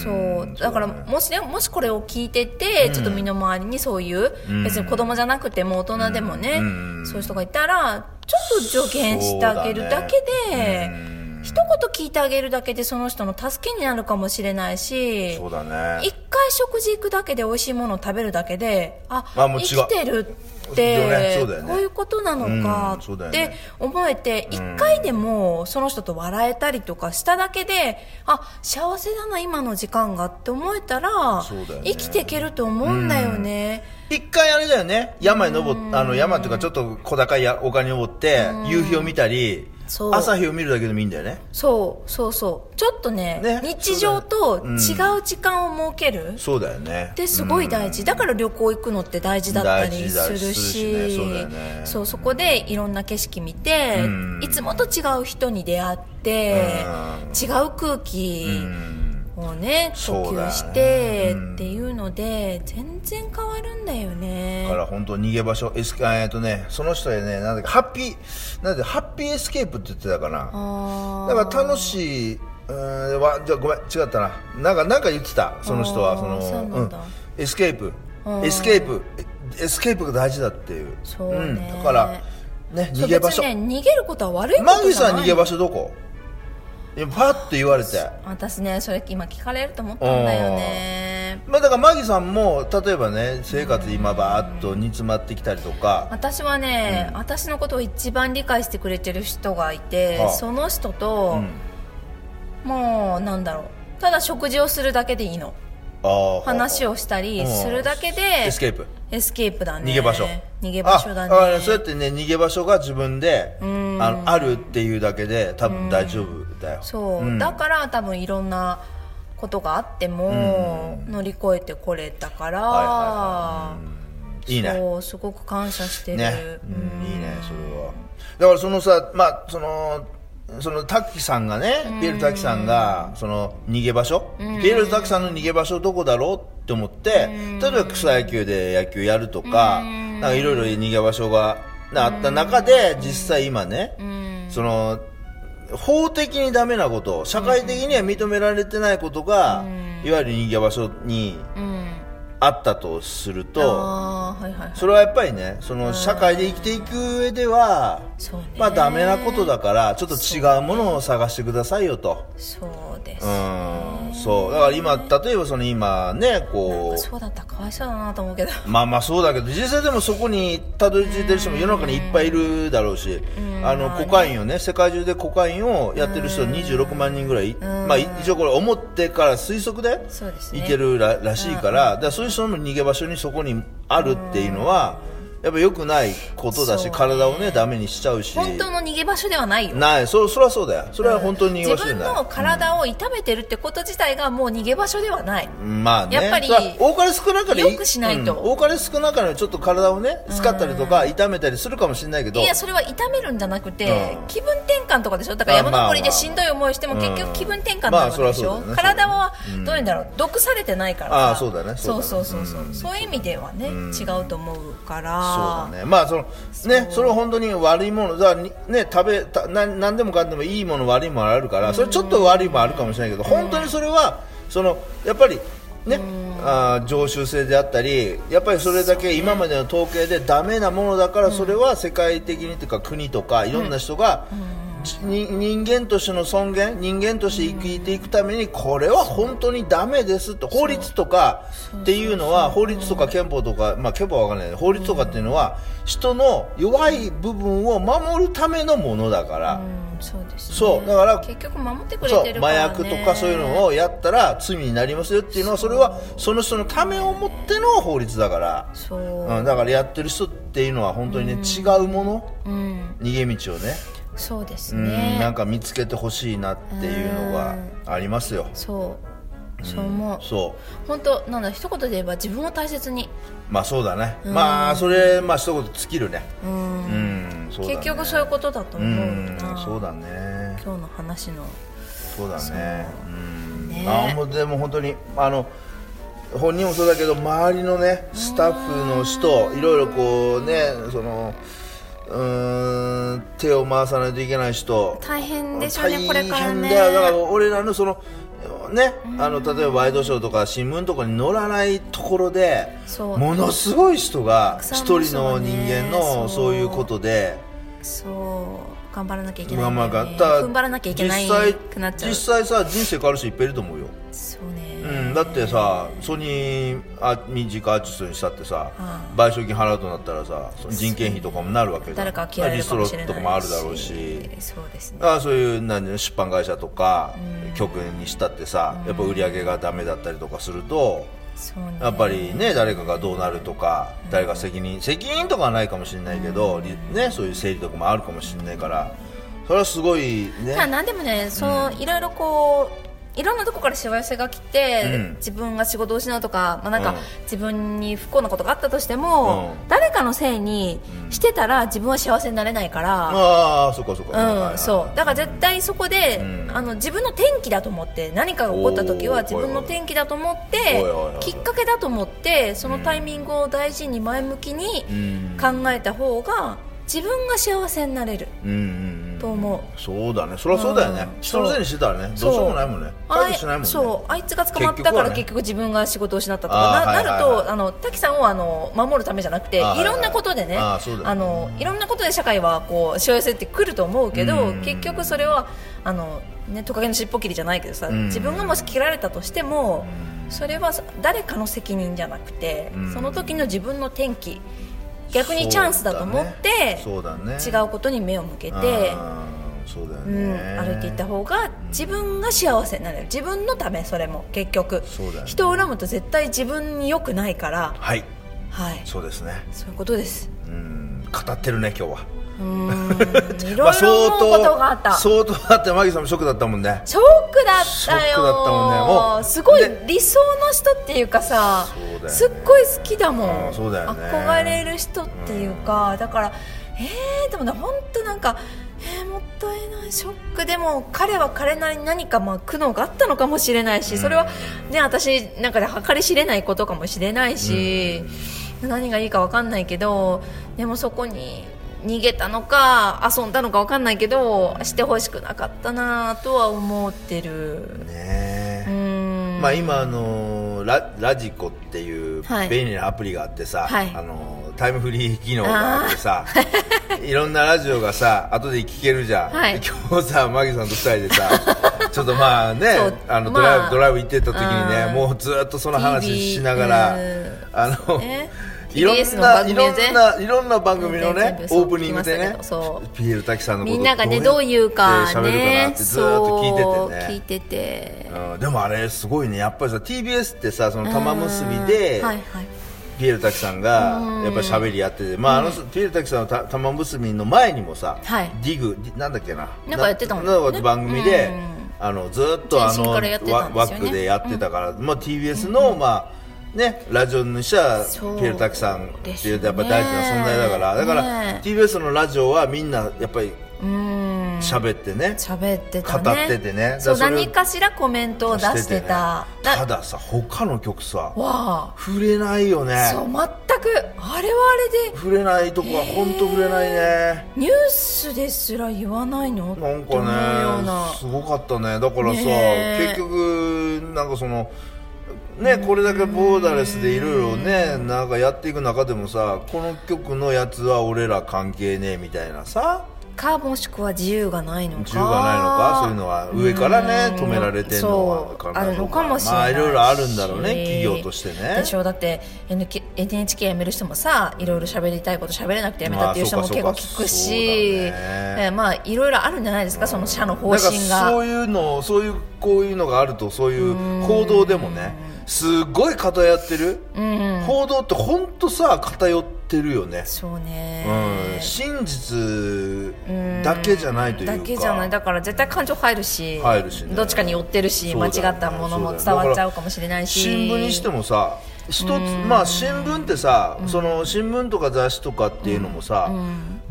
Speaker 2: そうだから
Speaker 3: そうだね
Speaker 2: もしねもしこれを聞いてて、ちょっと身の回りにそういう、
Speaker 3: ん
Speaker 2: 別に子供じゃなくても大人でもね、
Speaker 3: うん
Speaker 2: そういう人がいたらちょっと助言してあげるだけで
Speaker 3: うん
Speaker 2: 一言聞いてあげるだけでその人の助けになるかもしれないし
Speaker 3: そうだね
Speaker 2: 一回食事行くだけで美味しいものを食べるだけであ
Speaker 3: あもう違う
Speaker 2: 生きてるっ
Speaker 3: だよね
Speaker 2: て
Speaker 3: そうだよね
Speaker 2: こういうことなの
Speaker 3: う
Speaker 2: か
Speaker 3: んそうだ
Speaker 2: っ
Speaker 3: よ
Speaker 2: て
Speaker 3: ね
Speaker 2: 思えて一回でもその人と笑えたりとかしただけであ幸せだな今の時間がって思えたら
Speaker 3: そうだよね
Speaker 2: 生きていけると思うんだよね
Speaker 3: 一回あれだよね山に登っあの山というかちょっと小高いや丘に登って夕日を見たり
Speaker 2: そう
Speaker 3: 朝日を見るだけでもいいんだよね
Speaker 2: そうそうそうちょっとね
Speaker 3: ね
Speaker 2: 日常と
Speaker 3: うん
Speaker 2: 違う時間を設ける
Speaker 3: そうだよね
Speaker 2: ってすごい大事、だから旅行行くのって大事だったり
Speaker 3: 大事
Speaker 2: す
Speaker 3: だ
Speaker 2: る
Speaker 3: し
Speaker 2: し
Speaker 3: するしねそうだよね
Speaker 2: そうそこでいろんな景色見て、
Speaker 3: うん
Speaker 2: いつもと違う人に出会って、違う空気
Speaker 3: うん
Speaker 2: をね
Speaker 3: そ
Speaker 2: 呼
Speaker 3: うだ
Speaker 2: 吸
Speaker 3: よね
Speaker 2: して
Speaker 3: うん
Speaker 2: っていうので全然変わるんだよね
Speaker 3: だから本当逃げ場所エスケえーっとねその人でねなんだっけハッピーなんだっけハッピーエスケープって言ってたかな
Speaker 2: あー
Speaker 3: だから楽しいうーんわじゃあごめん違ったななんかなんか言ってたその人は
Speaker 2: あー
Speaker 3: その
Speaker 2: そうなんだ
Speaker 3: エスケープ
Speaker 2: あー
Speaker 3: エスケープエエスケープが大事だっていう
Speaker 2: そうね
Speaker 3: ん、だからね
Speaker 2: そう
Speaker 3: 逃げ場所、
Speaker 2: 別にね逃げることは悪いこ
Speaker 3: マ
Speaker 2: と
Speaker 3: ギ
Speaker 2: じゃ
Speaker 3: さん
Speaker 2: な
Speaker 3: 逃
Speaker 2: い
Speaker 3: げ場所どこいやパッて言われて
Speaker 2: 私ねそれ今聞かれると思ったんだよね
Speaker 3: まあだからマギさんも例えばね生活今バーッと煮詰まってきたりとか
Speaker 2: 私はね、私のことを一番理解してくれてる人がいて、
Speaker 3: はあ
Speaker 2: その人と、
Speaker 3: うん
Speaker 2: もうなんだろうただ食事をするだけでいいの
Speaker 3: あ
Speaker 2: 話
Speaker 3: を
Speaker 2: をしたりするだけで
Speaker 3: エスケープ
Speaker 2: エスケープだね
Speaker 3: 逃げ場所
Speaker 2: 逃げ場所だ
Speaker 3: ああ
Speaker 2: ね
Speaker 3: そうやってね逃げ場所が自分であ
Speaker 2: ん
Speaker 3: のあるっていうだけで多分大丈夫だよ
Speaker 2: そう、
Speaker 3: ん
Speaker 2: だから多分いろんなことがあっても乗り越えてこれたから、
Speaker 3: は
Speaker 2: そう
Speaker 3: いいね
Speaker 2: すごく感謝してる、
Speaker 3: ね、
Speaker 2: うん
Speaker 3: うん、いいねそれはだからそのさまあそのそのタキさんがねピエールタキさんがその逃げ場所ピエールタキさんの逃げ場所どこだろうって思って例えば草野球で野球やるとかなんかいろいろ逃げ場所がなあった中で実際今ねその法的にダメなこと社会的には認められてないことがいわゆる逃げ場所に
Speaker 2: うん
Speaker 3: あったとすると
Speaker 2: ああはいはいはい
Speaker 3: それはやっぱりねその社会で生きていく上では
Speaker 2: そうね
Speaker 3: まあダメなことだからちょっと違うものを探してくださいよと
Speaker 2: そうです、
Speaker 3: うんそうだから今例えばその今ねこう
Speaker 2: そうだったらかわいそうだなと思うけど
Speaker 3: まあまあそうだけど実際でもそこにたどり着いてる人も世の中にいっぱいいるだろうしあのコカインをね世界中でコカインをやってる人26万人ぐらいまあ一応これ思ってから推測で
Speaker 2: そうですね
Speaker 3: いけるららしいからだからそういう人の逃げ場所にそこにあるっていうのはやっぱ良くないこと
Speaker 2: そ
Speaker 3: だ
Speaker 2: う
Speaker 3: し
Speaker 2: ね
Speaker 3: 体をねダメにしちゃうし
Speaker 2: 本当の逃げ場所ではないよ
Speaker 3: ないそそりゃそうだよそれは本当に逃げ
Speaker 2: 自
Speaker 3: 場所じゃ
Speaker 2: 分
Speaker 3: ない
Speaker 2: の体を痛めてるってこと自体がもう逃げ場所ではない、
Speaker 3: まあね、
Speaker 2: やっぱり
Speaker 3: だから多かれ少なかれ
Speaker 2: 良くしないと
Speaker 3: うん多かれ少なかれちょっと体をね使ったりとか痛めたりするかもしれないけど
Speaker 2: いやそれは痛めるんじゃなくて、
Speaker 3: うん
Speaker 2: 気分転換とかでしょだから
Speaker 3: あ
Speaker 2: 山登り
Speaker 3: ま
Speaker 2: で
Speaker 3: あまあ
Speaker 2: しんどい思いしても
Speaker 3: うん
Speaker 2: 結局気分転換になるわけでしょ、
Speaker 3: まあそりゃそうだよね
Speaker 2: 体はどういうんだろう、毒されてないから
Speaker 3: あーそうだね
Speaker 2: そ
Speaker 3: そううだ
Speaker 2: そうそ
Speaker 3: ね
Speaker 2: うそう、そういう意味ではね、違うと思うから
Speaker 3: そうだねまあそのねそれは本当に悪いものだからにね食べたな何でもかんでもいいもの悪いものあるからそれちょっと悪いもあるかもしれないけど本当にそれはそのやっぱりねあー常習性であったりやっぱりそれだけ今までの統計でダメなものだからそれは世界的にというか国とかいろんな人が、じに人間としての尊厳人間として生きていくためにこれは本当にダメですと法律とかっていうのは法律とか憲法とか、まあ、憲法は分からない法律とかっていうのは人の弱い部分を守るためのものだから、
Speaker 2: うんそうですね
Speaker 3: そうだから
Speaker 2: 結局守ってくれ
Speaker 3: そ
Speaker 2: て
Speaker 3: う
Speaker 2: るか
Speaker 3: 麻
Speaker 2: ら、ね、
Speaker 3: 薬とかそういうのをやったら罪になりますよっていうのはそれはその人のためをもっての法律だから、
Speaker 2: そう、
Speaker 3: うん、だからやってる人っていうのは本当にね違うもの
Speaker 2: うん、
Speaker 3: 逃げ道をね
Speaker 2: そうです
Speaker 3: うん
Speaker 2: ね
Speaker 3: なんか見つけてほしいなっていうのがありますよ
Speaker 2: そうそう思う、
Speaker 3: そう
Speaker 2: 本当なんだ一言で言えば自分を大切に
Speaker 3: まあそうだねまあそれまあ一言尽きるね
Speaker 2: うん
Speaker 3: うんそうだね
Speaker 2: 結局そういうことだと
Speaker 3: う
Speaker 2: 思うなん
Speaker 3: そうだね
Speaker 2: 今日の話の
Speaker 3: そうだねうん
Speaker 2: ね
Speaker 3: あもうでも本当にあの本人もそうだけど周りのねスタッフの人いろいろこうねそのうーん手を回さないといけない人
Speaker 2: 大変でしょうねこれからね
Speaker 3: 大変だよだから俺らのそのねあの例えばワイドショーとか新聞とかに載らないところで
Speaker 2: そう
Speaker 3: ものすごい人が
Speaker 2: くさ
Speaker 3: 一
Speaker 2: んの人がね
Speaker 3: 人の人間の
Speaker 2: そ
Speaker 3: そうういうことで
Speaker 2: そう頑張らなきゃいけない
Speaker 3: まあ
Speaker 2: んだ
Speaker 3: ま
Speaker 2: よ
Speaker 3: あ
Speaker 2: ね
Speaker 3: がた
Speaker 2: 踏ん張らなきゃいけない
Speaker 3: 実際
Speaker 2: くなっちゃう
Speaker 3: 実際さ人生変わる人いっぱいいると思うよ、
Speaker 2: そうね、
Speaker 3: うん、だってさソニーあミュージックアーティストにしたってさ、賠償金払うとなったらさその人件費とかもなるわけじゃん
Speaker 2: 誰か嫌い
Speaker 3: リ
Speaker 2: る
Speaker 3: ス
Speaker 2: か
Speaker 3: ト
Speaker 2: も
Speaker 3: ロ
Speaker 2: しれないし
Speaker 3: とかもあるだろうし
Speaker 2: そうですね
Speaker 3: ああそういう何ていうの出版会社とか、局にしたってさやっぱ売り上げがダメだったりとかすると
Speaker 2: そうね
Speaker 3: やっぱりね誰かがどうなるとか誰が責任責任とかはないかもしれないけど、りね、そういう整理とかもあるかもしれないからそれはすごいね
Speaker 2: まあなんでもねその、いろいろこういろんなとこからしわ寄せが来て、
Speaker 3: うん
Speaker 2: 自分が仕事を失うとか、まあ、なんか、
Speaker 3: うん
Speaker 2: 自分に不幸なことがあったとしても、
Speaker 3: うん
Speaker 2: 誰かのせいにしてたら自分は幸せになれないから、
Speaker 3: ああそっかそっか、はいはい
Speaker 2: うん
Speaker 3: はい
Speaker 2: そうだから絶対そこで、
Speaker 3: うん
Speaker 2: あの自分の転機だと思って何かが起こった時は
Speaker 3: おー
Speaker 2: 自分の転機だと思っ
Speaker 3: おい
Speaker 2: て
Speaker 3: おいおい
Speaker 2: きっかけだと思ってそのタイミングを大事に前向きに
Speaker 3: うん
Speaker 2: 考えた方が自分が幸せになれる
Speaker 3: うんうんうん
Speaker 2: と思う。
Speaker 3: そうだねそりゃそうだよね、
Speaker 2: うん
Speaker 3: 人のせいにしてたらね
Speaker 2: そ
Speaker 3: ど
Speaker 2: う
Speaker 3: うしようもないもんね解
Speaker 2: あい
Speaker 3: 決しないもんね
Speaker 2: そうあいつが捕まったから結
Speaker 3: 結
Speaker 2: 局自分が仕事を失ったとか
Speaker 3: あ
Speaker 2: な,、
Speaker 3: ーは
Speaker 2: な
Speaker 3: い
Speaker 2: る
Speaker 3: はいはい
Speaker 2: とあの滝さんをあの守るためじゃなくてい
Speaker 3: あーはいはい
Speaker 2: ろんなことでね
Speaker 3: あーそうだよね
Speaker 2: あのいろんなことで社会はこうしわ寄せってくると思うけど
Speaker 3: うん
Speaker 2: 結局それはあの、ね、トカゲの尻尾切りじゃないけどさ
Speaker 3: ん
Speaker 2: 自分がもし切られたとしてもそれは誰かの責任じゃなくて
Speaker 3: ん
Speaker 2: その時の自分の転機逆にチャンスだと思って
Speaker 3: そうだね
Speaker 2: 違
Speaker 3: う
Speaker 2: うことに目を向けて。
Speaker 3: あーそうだよ
Speaker 2: う
Speaker 3: ね、
Speaker 2: ん、歩いていった方が自分が幸せになれる自分のためそれも結局
Speaker 3: そうだよね
Speaker 2: 人を恨むと絶対自分に良くないから
Speaker 3: はい
Speaker 2: はい
Speaker 3: そうですね
Speaker 2: そういうことです
Speaker 3: うん語ってるね今日は
Speaker 2: う
Speaker 3: [laughs]
Speaker 2: ーんいろいろ思うことがあった、ショ
Speaker 3: 相当相当だってマギさんもショックだったもんね
Speaker 2: ックだった
Speaker 3: ショッ
Speaker 2: よ
Speaker 3: クだったもんねもう
Speaker 2: すごい
Speaker 3: ね
Speaker 2: 理想の人っていうかさ
Speaker 3: そうだよね
Speaker 2: すっごい好きだも
Speaker 3: あ
Speaker 2: ん
Speaker 3: ーそうだよね
Speaker 2: 憧れる人っていうか、だからえー、でもね本当なんかえーもったいないショックでも彼は彼なりに何かまあ苦悩があったのかもしれないしそれはね私なんかで計り知れないことかもしれないし、何がいいかわかんないけどでもそこに逃げたのか遊んだのかわかんないけどしてほしくなかったなとは思ってる
Speaker 3: ね
Speaker 2: うーん
Speaker 3: まあ、今あのララジコっていう
Speaker 2: はい
Speaker 3: 便利なアプリがあってさ、
Speaker 2: はい
Speaker 3: あのタイムフリー機能があってさ [laughs] いろんなラジオがさ後で聞けるじゃん、
Speaker 2: はい
Speaker 3: 今日さマギさんと二人で
Speaker 2: [laughs]
Speaker 3: さちょっとまあね
Speaker 2: そう
Speaker 3: あの
Speaker 2: ま
Speaker 3: ド
Speaker 2: あ
Speaker 3: ライブ、ドライブ行ってた時に
Speaker 2: う
Speaker 3: ね
Speaker 2: ん
Speaker 3: もうずっとその話しながら
Speaker 2: TV
Speaker 3: あの
Speaker 2: ね
Speaker 3: いろ
Speaker 2: TBS
Speaker 3: ん
Speaker 2: の
Speaker 3: な
Speaker 2: 番
Speaker 3: い
Speaker 2: 組
Speaker 3: ろ
Speaker 2: で
Speaker 3: んないろんな番組
Speaker 2: 全
Speaker 3: のね
Speaker 2: 部そう
Speaker 3: オープニングで
Speaker 2: 聞き
Speaker 3: ね
Speaker 2: ましたけどそう
Speaker 3: ピエール滝さんのこと
Speaker 2: みんながね
Speaker 3: ど
Speaker 2: ど
Speaker 3: う
Speaker 2: う
Speaker 3: い
Speaker 2: いうう
Speaker 3: か
Speaker 2: か
Speaker 3: 喋るかな
Speaker 2: ね
Speaker 3: ってずーっと聞いててね
Speaker 2: そう聞いてて
Speaker 3: うんでもあれすごいねやっぱりさ TBS ってさその玉結びで、
Speaker 2: うんはいはい
Speaker 3: ピエール滝さんがやっぱり喋りやってて、まああのピエール滝さんのた玉結びの前にもさ、
Speaker 2: はい
Speaker 3: ディグディなんだっけな
Speaker 2: なんかやってたもんね
Speaker 3: ななんか番組で、あのずーっとあ
Speaker 2: 前
Speaker 3: の
Speaker 2: 身からやってた
Speaker 3: ワ
Speaker 2: んで
Speaker 3: ワ
Speaker 2: すよね
Speaker 3: ックでやってたから、まあ TBS の、まあね、ラジオの主は
Speaker 2: そう
Speaker 3: ピエール滝さんっていうとやっぱ
Speaker 2: ですね
Speaker 3: 大事な存在だからだから、
Speaker 2: ね
Speaker 3: TBS のラジオはみんなやっぱり
Speaker 2: うん
Speaker 3: 喋ってね、
Speaker 2: 喋ってたね
Speaker 3: 語っててね
Speaker 2: そう
Speaker 3: だからそれを
Speaker 2: 何かしらコメントを出してた
Speaker 3: 出しててね
Speaker 2: だ
Speaker 3: たださ他の曲さ
Speaker 2: わ
Speaker 3: 触れないよね
Speaker 2: あそう全くあれはあれで
Speaker 3: 触れないとこは本当触れないね、
Speaker 2: ニュースですら言わないのって
Speaker 3: な
Speaker 2: 思
Speaker 3: ん
Speaker 2: うような
Speaker 3: かねすごかったねだからさ、
Speaker 2: ねえ
Speaker 3: 結局なんかそのねこれだけボーダレスでいろいろねなんかやっていく中でもさこの曲のやつは俺ら関係ねえみたいなさ
Speaker 2: かもしくは自由がないのか
Speaker 3: 自由がないのかそういうのは上からね
Speaker 2: うん
Speaker 3: 止められてんのは
Speaker 2: そうあるのかもしれ
Speaker 3: ま
Speaker 2: な
Speaker 3: あ
Speaker 2: い
Speaker 3: い
Speaker 2: し
Speaker 3: ろいろあるんだろうね企業としてね
Speaker 2: でしょだって NK NHK 辞める人もさいろいろ喋りたいこと喋れなくて辞めたっていう人も
Speaker 3: まあそ
Speaker 2: 結
Speaker 3: うか
Speaker 2: 構
Speaker 3: そう
Speaker 2: 聞
Speaker 3: か
Speaker 2: くし、
Speaker 3: そうだね
Speaker 2: えーまあいろいろあるんじゃないですかその社の方
Speaker 3: なんか
Speaker 2: 針が
Speaker 3: そういうのそういうこういうのがあるとそういう報道でもねすごい偏ってる、報道って本当さ偏ってるよね、
Speaker 2: そうね、
Speaker 3: うん、真実だけじゃないというか
Speaker 2: だけじゃないだから絶対感情入るし
Speaker 3: 入るしね
Speaker 2: どっちかに寄ってるし、
Speaker 3: そうだ
Speaker 2: 間
Speaker 3: よね
Speaker 2: 違ったものも
Speaker 3: そうだ
Speaker 2: 伝
Speaker 3: よね
Speaker 2: わっちゃうかもしれないし
Speaker 3: 新聞にしてもさ一つまあ新聞ってさその新聞とか雑誌とかっていうのもさ、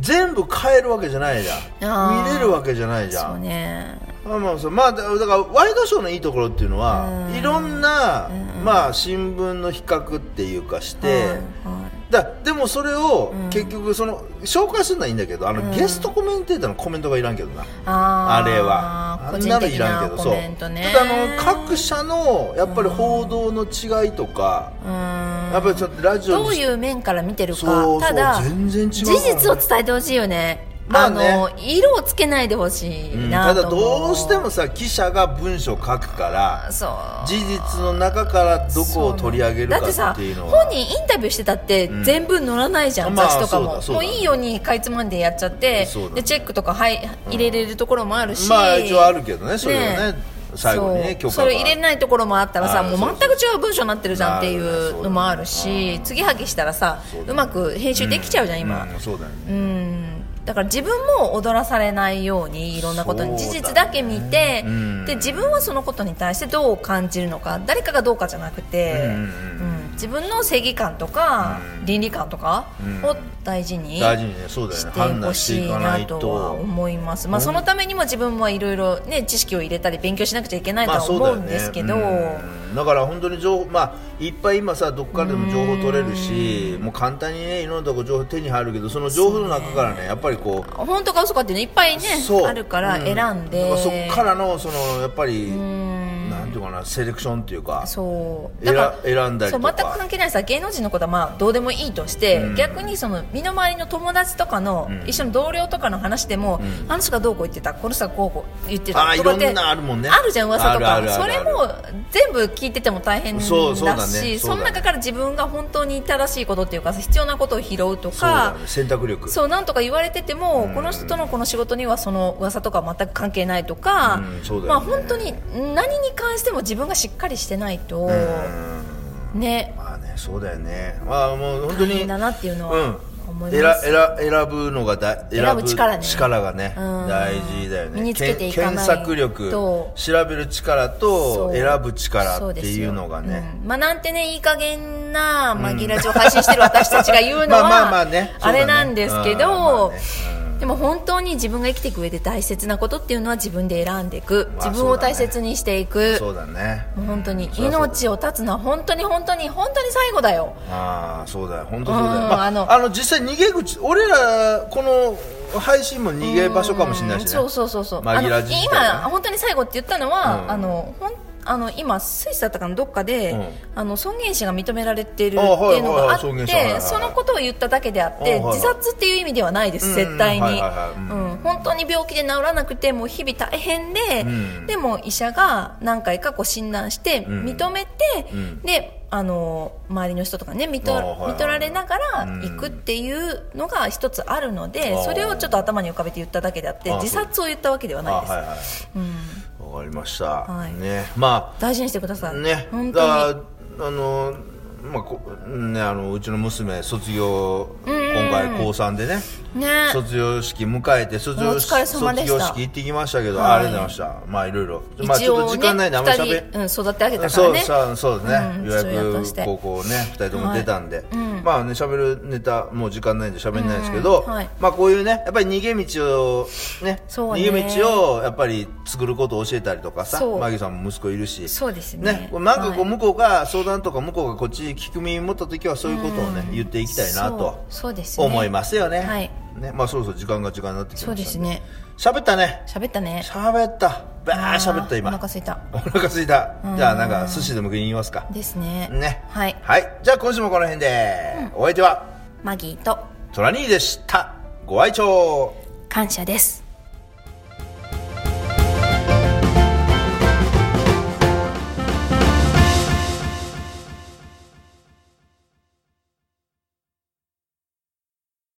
Speaker 3: 全部変えるわけじゃないじゃ
Speaker 2: あー
Speaker 3: ん見れるわけじゃないじゃん
Speaker 2: そうね
Speaker 3: まあまあそうまあだだからワイドショーのいいところっていうのは、いろんな、まあ新聞の比較っていうかして、だでもそれを結局その紹介するのはいいんだけどあの、ゲストコメンテーターのコメントがいらんけどな、
Speaker 2: あ
Speaker 3: あ
Speaker 2: ー
Speaker 3: れは
Speaker 2: 個
Speaker 3: あんな
Speaker 2: 人
Speaker 3: の
Speaker 2: 的
Speaker 3: いらん
Speaker 2: な
Speaker 3: けど
Speaker 2: コ
Speaker 3: そう
Speaker 2: メントね
Speaker 3: ただあの各社のやっぱり報道の違いとか、
Speaker 2: うん
Speaker 3: やっぱりちょっとラジオ
Speaker 2: どういう面から見てるか
Speaker 3: そうそう
Speaker 2: ただ
Speaker 3: 全然違うからね
Speaker 2: 事実を伝えてほしいよね
Speaker 3: まあ
Speaker 2: あ
Speaker 3: ね
Speaker 2: の色をつけないでほしい
Speaker 3: うん
Speaker 2: なと
Speaker 3: ただ
Speaker 2: 思
Speaker 3: どうしてもさ記者が文章書くから
Speaker 2: そう
Speaker 3: 事実の中からどこを取り上げるかっていうの
Speaker 2: だ
Speaker 3: は
Speaker 2: ってさ本人インタビューしてたって全部載らないじゃん、
Speaker 3: うん
Speaker 2: 雑誌とかも、
Speaker 3: まあそう
Speaker 2: も
Speaker 3: だ
Speaker 2: う
Speaker 3: そうだ
Speaker 2: いいようにかいつまんでやっちゃって
Speaker 3: そうだね
Speaker 2: でチェックとか、はい、入れれるところもあるし、
Speaker 3: まあ一応あるけどねそれは
Speaker 2: ね
Speaker 3: ね最後にね
Speaker 2: そ
Speaker 3: 許
Speaker 2: う
Speaker 3: 可
Speaker 2: そ
Speaker 3: が
Speaker 2: れ入れないところもあったらさ
Speaker 3: あー
Speaker 2: もう
Speaker 3: そうそ
Speaker 2: 全
Speaker 3: う
Speaker 2: く違う文章になってるじゃんってい
Speaker 3: なるほどねそう
Speaker 2: う
Speaker 3: だね
Speaker 2: のもあるし継ぎはぎしたらさ
Speaker 3: そうだ
Speaker 2: う
Speaker 3: ね
Speaker 2: まく編集できちゃうじゃん今、
Speaker 3: うんそうだよね
Speaker 2: うんだから自分も踊らされないようにいろんなことに
Speaker 3: そ
Speaker 2: 事
Speaker 3: う
Speaker 2: 実
Speaker 3: だね
Speaker 2: だけ見て、
Speaker 3: うん
Speaker 2: で自分はそのことに対してどう感じるのか誰かがどうかじゃなくて、
Speaker 3: うん
Speaker 2: うん自分の正義感とか、
Speaker 3: うん
Speaker 2: 倫理観とか
Speaker 3: うん
Speaker 2: を大事に
Speaker 3: 大事にねそうだよ
Speaker 2: し
Speaker 3: ね
Speaker 2: て
Speaker 3: 判
Speaker 2: ほ
Speaker 3: 断して
Speaker 2: し
Speaker 3: い
Speaker 2: い
Speaker 3: かな
Speaker 2: ない
Speaker 3: と
Speaker 2: とは思います、まあ、
Speaker 3: うん
Speaker 2: そのためにも自分もいろいろね知識を入れたり勉強しなくちゃいけないとは思うんですけど、
Speaker 3: まあそうだよねうんだから本当に情報まあいっぱい今さどっからでも情報取れるしもう簡単にねいろんなとこ情報手に入るけどその情報の中からねやっぱりこう
Speaker 2: 本当か嘘かっていうのいっぱいねあるから選んで、
Speaker 3: うだからそっからのそのやっぱり
Speaker 2: ん
Speaker 3: なんていうかなセレクションっていうか
Speaker 2: そう
Speaker 3: え
Speaker 2: だ
Speaker 3: ら
Speaker 2: から
Speaker 3: 選んだり
Speaker 2: そ
Speaker 3: と
Speaker 2: う
Speaker 3: か
Speaker 2: 全く関係ないさ芸能人のことはまあどうでもいいとして、
Speaker 3: うん
Speaker 2: 逆にその身の回りの友達とかの、
Speaker 3: うん
Speaker 2: 一緒の同僚とかの話でも、
Speaker 3: うん
Speaker 2: あの人がどうこう言ってたこの人がこうこう言って
Speaker 3: あ
Speaker 2: た
Speaker 3: ー
Speaker 2: とかって
Speaker 3: いろんなあるもんね
Speaker 2: あるじゃん噂とか
Speaker 3: あるあるあるある
Speaker 2: それも全部聞いてても大変だし
Speaker 3: そうそうだねそうだね
Speaker 2: の中から自分が本当に正しいことっていうか必要なことを拾うと
Speaker 3: そうだ
Speaker 2: か
Speaker 3: ね選択力
Speaker 2: そうなんとか言われてても、
Speaker 3: ん
Speaker 2: この人とのこの仕事にはその噂とかは全く関係ないとか、
Speaker 3: うんそうだ
Speaker 2: まあ
Speaker 3: よね
Speaker 2: 本当に何に関しても自分がしっかりしてないと、
Speaker 3: うん
Speaker 2: ね
Speaker 3: まあねそうだよねまあもう本当
Speaker 2: 大
Speaker 3: に
Speaker 2: 変だなっていうのは思
Speaker 3: うん、
Speaker 2: い
Speaker 3: 選
Speaker 2: ます、
Speaker 3: 選選ぶのがだ
Speaker 2: 選ぶ力ね
Speaker 3: 力がね
Speaker 2: うん
Speaker 3: 大事だよね
Speaker 2: 身につけていかない
Speaker 3: 検索力
Speaker 2: と
Speaker 3: 調べる力
Speaker 2: そ
Speaker 3: と
Speaker 2: う
Speaker 3: 選ぶ力っていうのが
Speaker 2: そうで
Speaker 3: ね
Speaker 2: すようんまあなんてねいい加減な、まあ、ギラジを配信してる私たちが言うのは
Speaker 3: まあまあまあねそうだ
Speaker 2: あ
Speaker 3: ね
Speaker 2: れなんですけ
Speaker 3: うんまあ
Speaker 2: ど
Speaker 3: ね、
Speaker 2: でも本当に自分が生きていく上で大切なことっていうのは自分で選んでいく、
Speaker 3: まあ
Speaker 2: 自分を大切にしていく
Speaker 3: そうだね
Speaker 2: もう本当に
Speaker 3: そりゃそうだ
Speaker 2: 命を絶つのは本当に本当に本当に最後だよ
Speaker 3: ああそうだよ本当そうだよ、
Speaker 2: うん
Speaker 3: まあ、
Speaker 2: あ
Speaker 3: あ
Speaker 2: の
Speaker 3: の実際逃げ口俺らこの配信も逃げ場所かもしれないしね
Speaker 2: そうそうそうそう、あ
Speaker 3: 紛
Speaker 2: の
Speaker 3: らじ自体
Speaker 2: 今
Speaker 3: ね
Speaker 2: 本当に最後って言ったのは、
Speaker 3: うん
Speaker 2: あのほんあの今スイスだったかなどっかで、
Speaker 3: うん
Speaker 2: あの尊厳死が認められてるっ
Speaker 3: あ
Speaker 2: て
Speaker 3: はい
Speaker 2: いうのがあって、
Speaker 3: はいはい尊厳死はいはいはい
Speaker 2: そのことを言っただけであって、
Speaker 3: あはいはい
Speaker 2: 自殺っていう意味ではないです、
Speaker 3: うん
Speaker 2: 絶対に、
Speaker 3: はいはいはいうん
Speaker 2: うん本当に病気で治らなくてもう日々大変で、
Speaker 3: うん
Speaker 2: でも医者が何回かこう診断して
Speaker 3: ん
Speaker 2: 認めて、
Speaker 3: うん
Speaker 2: であの周りの人とかね見と、
Speaker 3: あはいはい
Speaker 2: 見とられながら
Speaker 3: うん
Speaker 2: 行くっていうのが一つあるので、
Speaker 3: あー
Speaker 2: それをちょっと頭に浮かべて言っただけであって
Speaker 3: あそう
Speaker 2: 自殺を言ったわけでは
Speaker 3: あ
Speaker 2: ないです、
Speaker 3: はいはい
Speaker 2: うん、
Speaker 3: わかりました、
Speaker 2: はい
Speaker 3: ねまあ
Speaker 2: 大事にしてください、
Speaker 3: ね、
Speaker 2: 本
Speaker 3: だ
Speaker 2: 当に
Speaker 3: からあのまあこねあのうちの娘卒業今回高3でね
Speaker 2: ね
Speaker 3: 卒業式迎えて卒業
Speaker 2: お疲れ
Speaker 3: 式
Speaker 2: 様
Speaker 3: 卒
Speaker 2: でした
Speaker 3: 業式行ってきましたけど、
Speaker 2: はい
Speaker 3: あありがとうございましたまあいろいろ、まあ
Speaker 2: 一
Speaker 3: ちょっと
Speaker 2: 応
Speaker 3: 時
Speaker 2: ね
Speaker 3: 間ないんであんまりしゃ
Speaker 2: 2人、うん、育てあげたか
Speaker 3: そ
Speaker 2: ら
Speaker 3: う
Speaker 2: ね
Speaker 3: さそうですね、
Speaker 2: うん
Speaker 3: 予約
Speaker 2: 父親として
Speaker 3: 高校ね2人とも出たんで、
Speaker 2: うん
Speaker 3: まあね喋るネタもう時間ないんで喋んないですけど、
Speaker 2: うんはい
Speaker 3: まあこういうねやっぱり逃げ道をね
Speaker 2: そうね
Speaker 3: 逃げ道をやっぱり作ることを教えたりとかさ
Speaker 2: そう
Speaker 3: マギさんも息子いるし
Speaker 2: そうですね
Speaker 3: ね、こうなんかこう
Speaker 2: はい
Speaker 3: 向こうが相談とか向こうがこっち聞く耳持った時はそういうことをね、言っていきたいなと
Speaker 2: そうそうですね
Speaker 3: 思いますよね
Speaker 2: はい
Speaker 3: ねまあそろそろ時間が時間になってき
Speaker 2: そう
Speaker 3: ま
Speaker 2: で
Speaker 3: し
Speaker 2: す
Speaker 3: たね
Speaker 2: ね
Speaker 3: 喋ったね
Speaker 2: 喋ったね
Speaker 3: 喋ったばあ喋った今
Speaker 2: お腹すいた
Speaker 3: お腹すいた
Speaker 2: うん
Speaker 3: じゃあなんか寿司でも食いに行きますか
Speaker 2: ですね
Speaker 3: ね
Speaker 2: はい
Speaker 3: はいじゃあ今週もこの辺で、お相手は
Speaker 2: マギーと
Speaker 3: トラニーでしたご愛聴
Speaker 2: 感謝です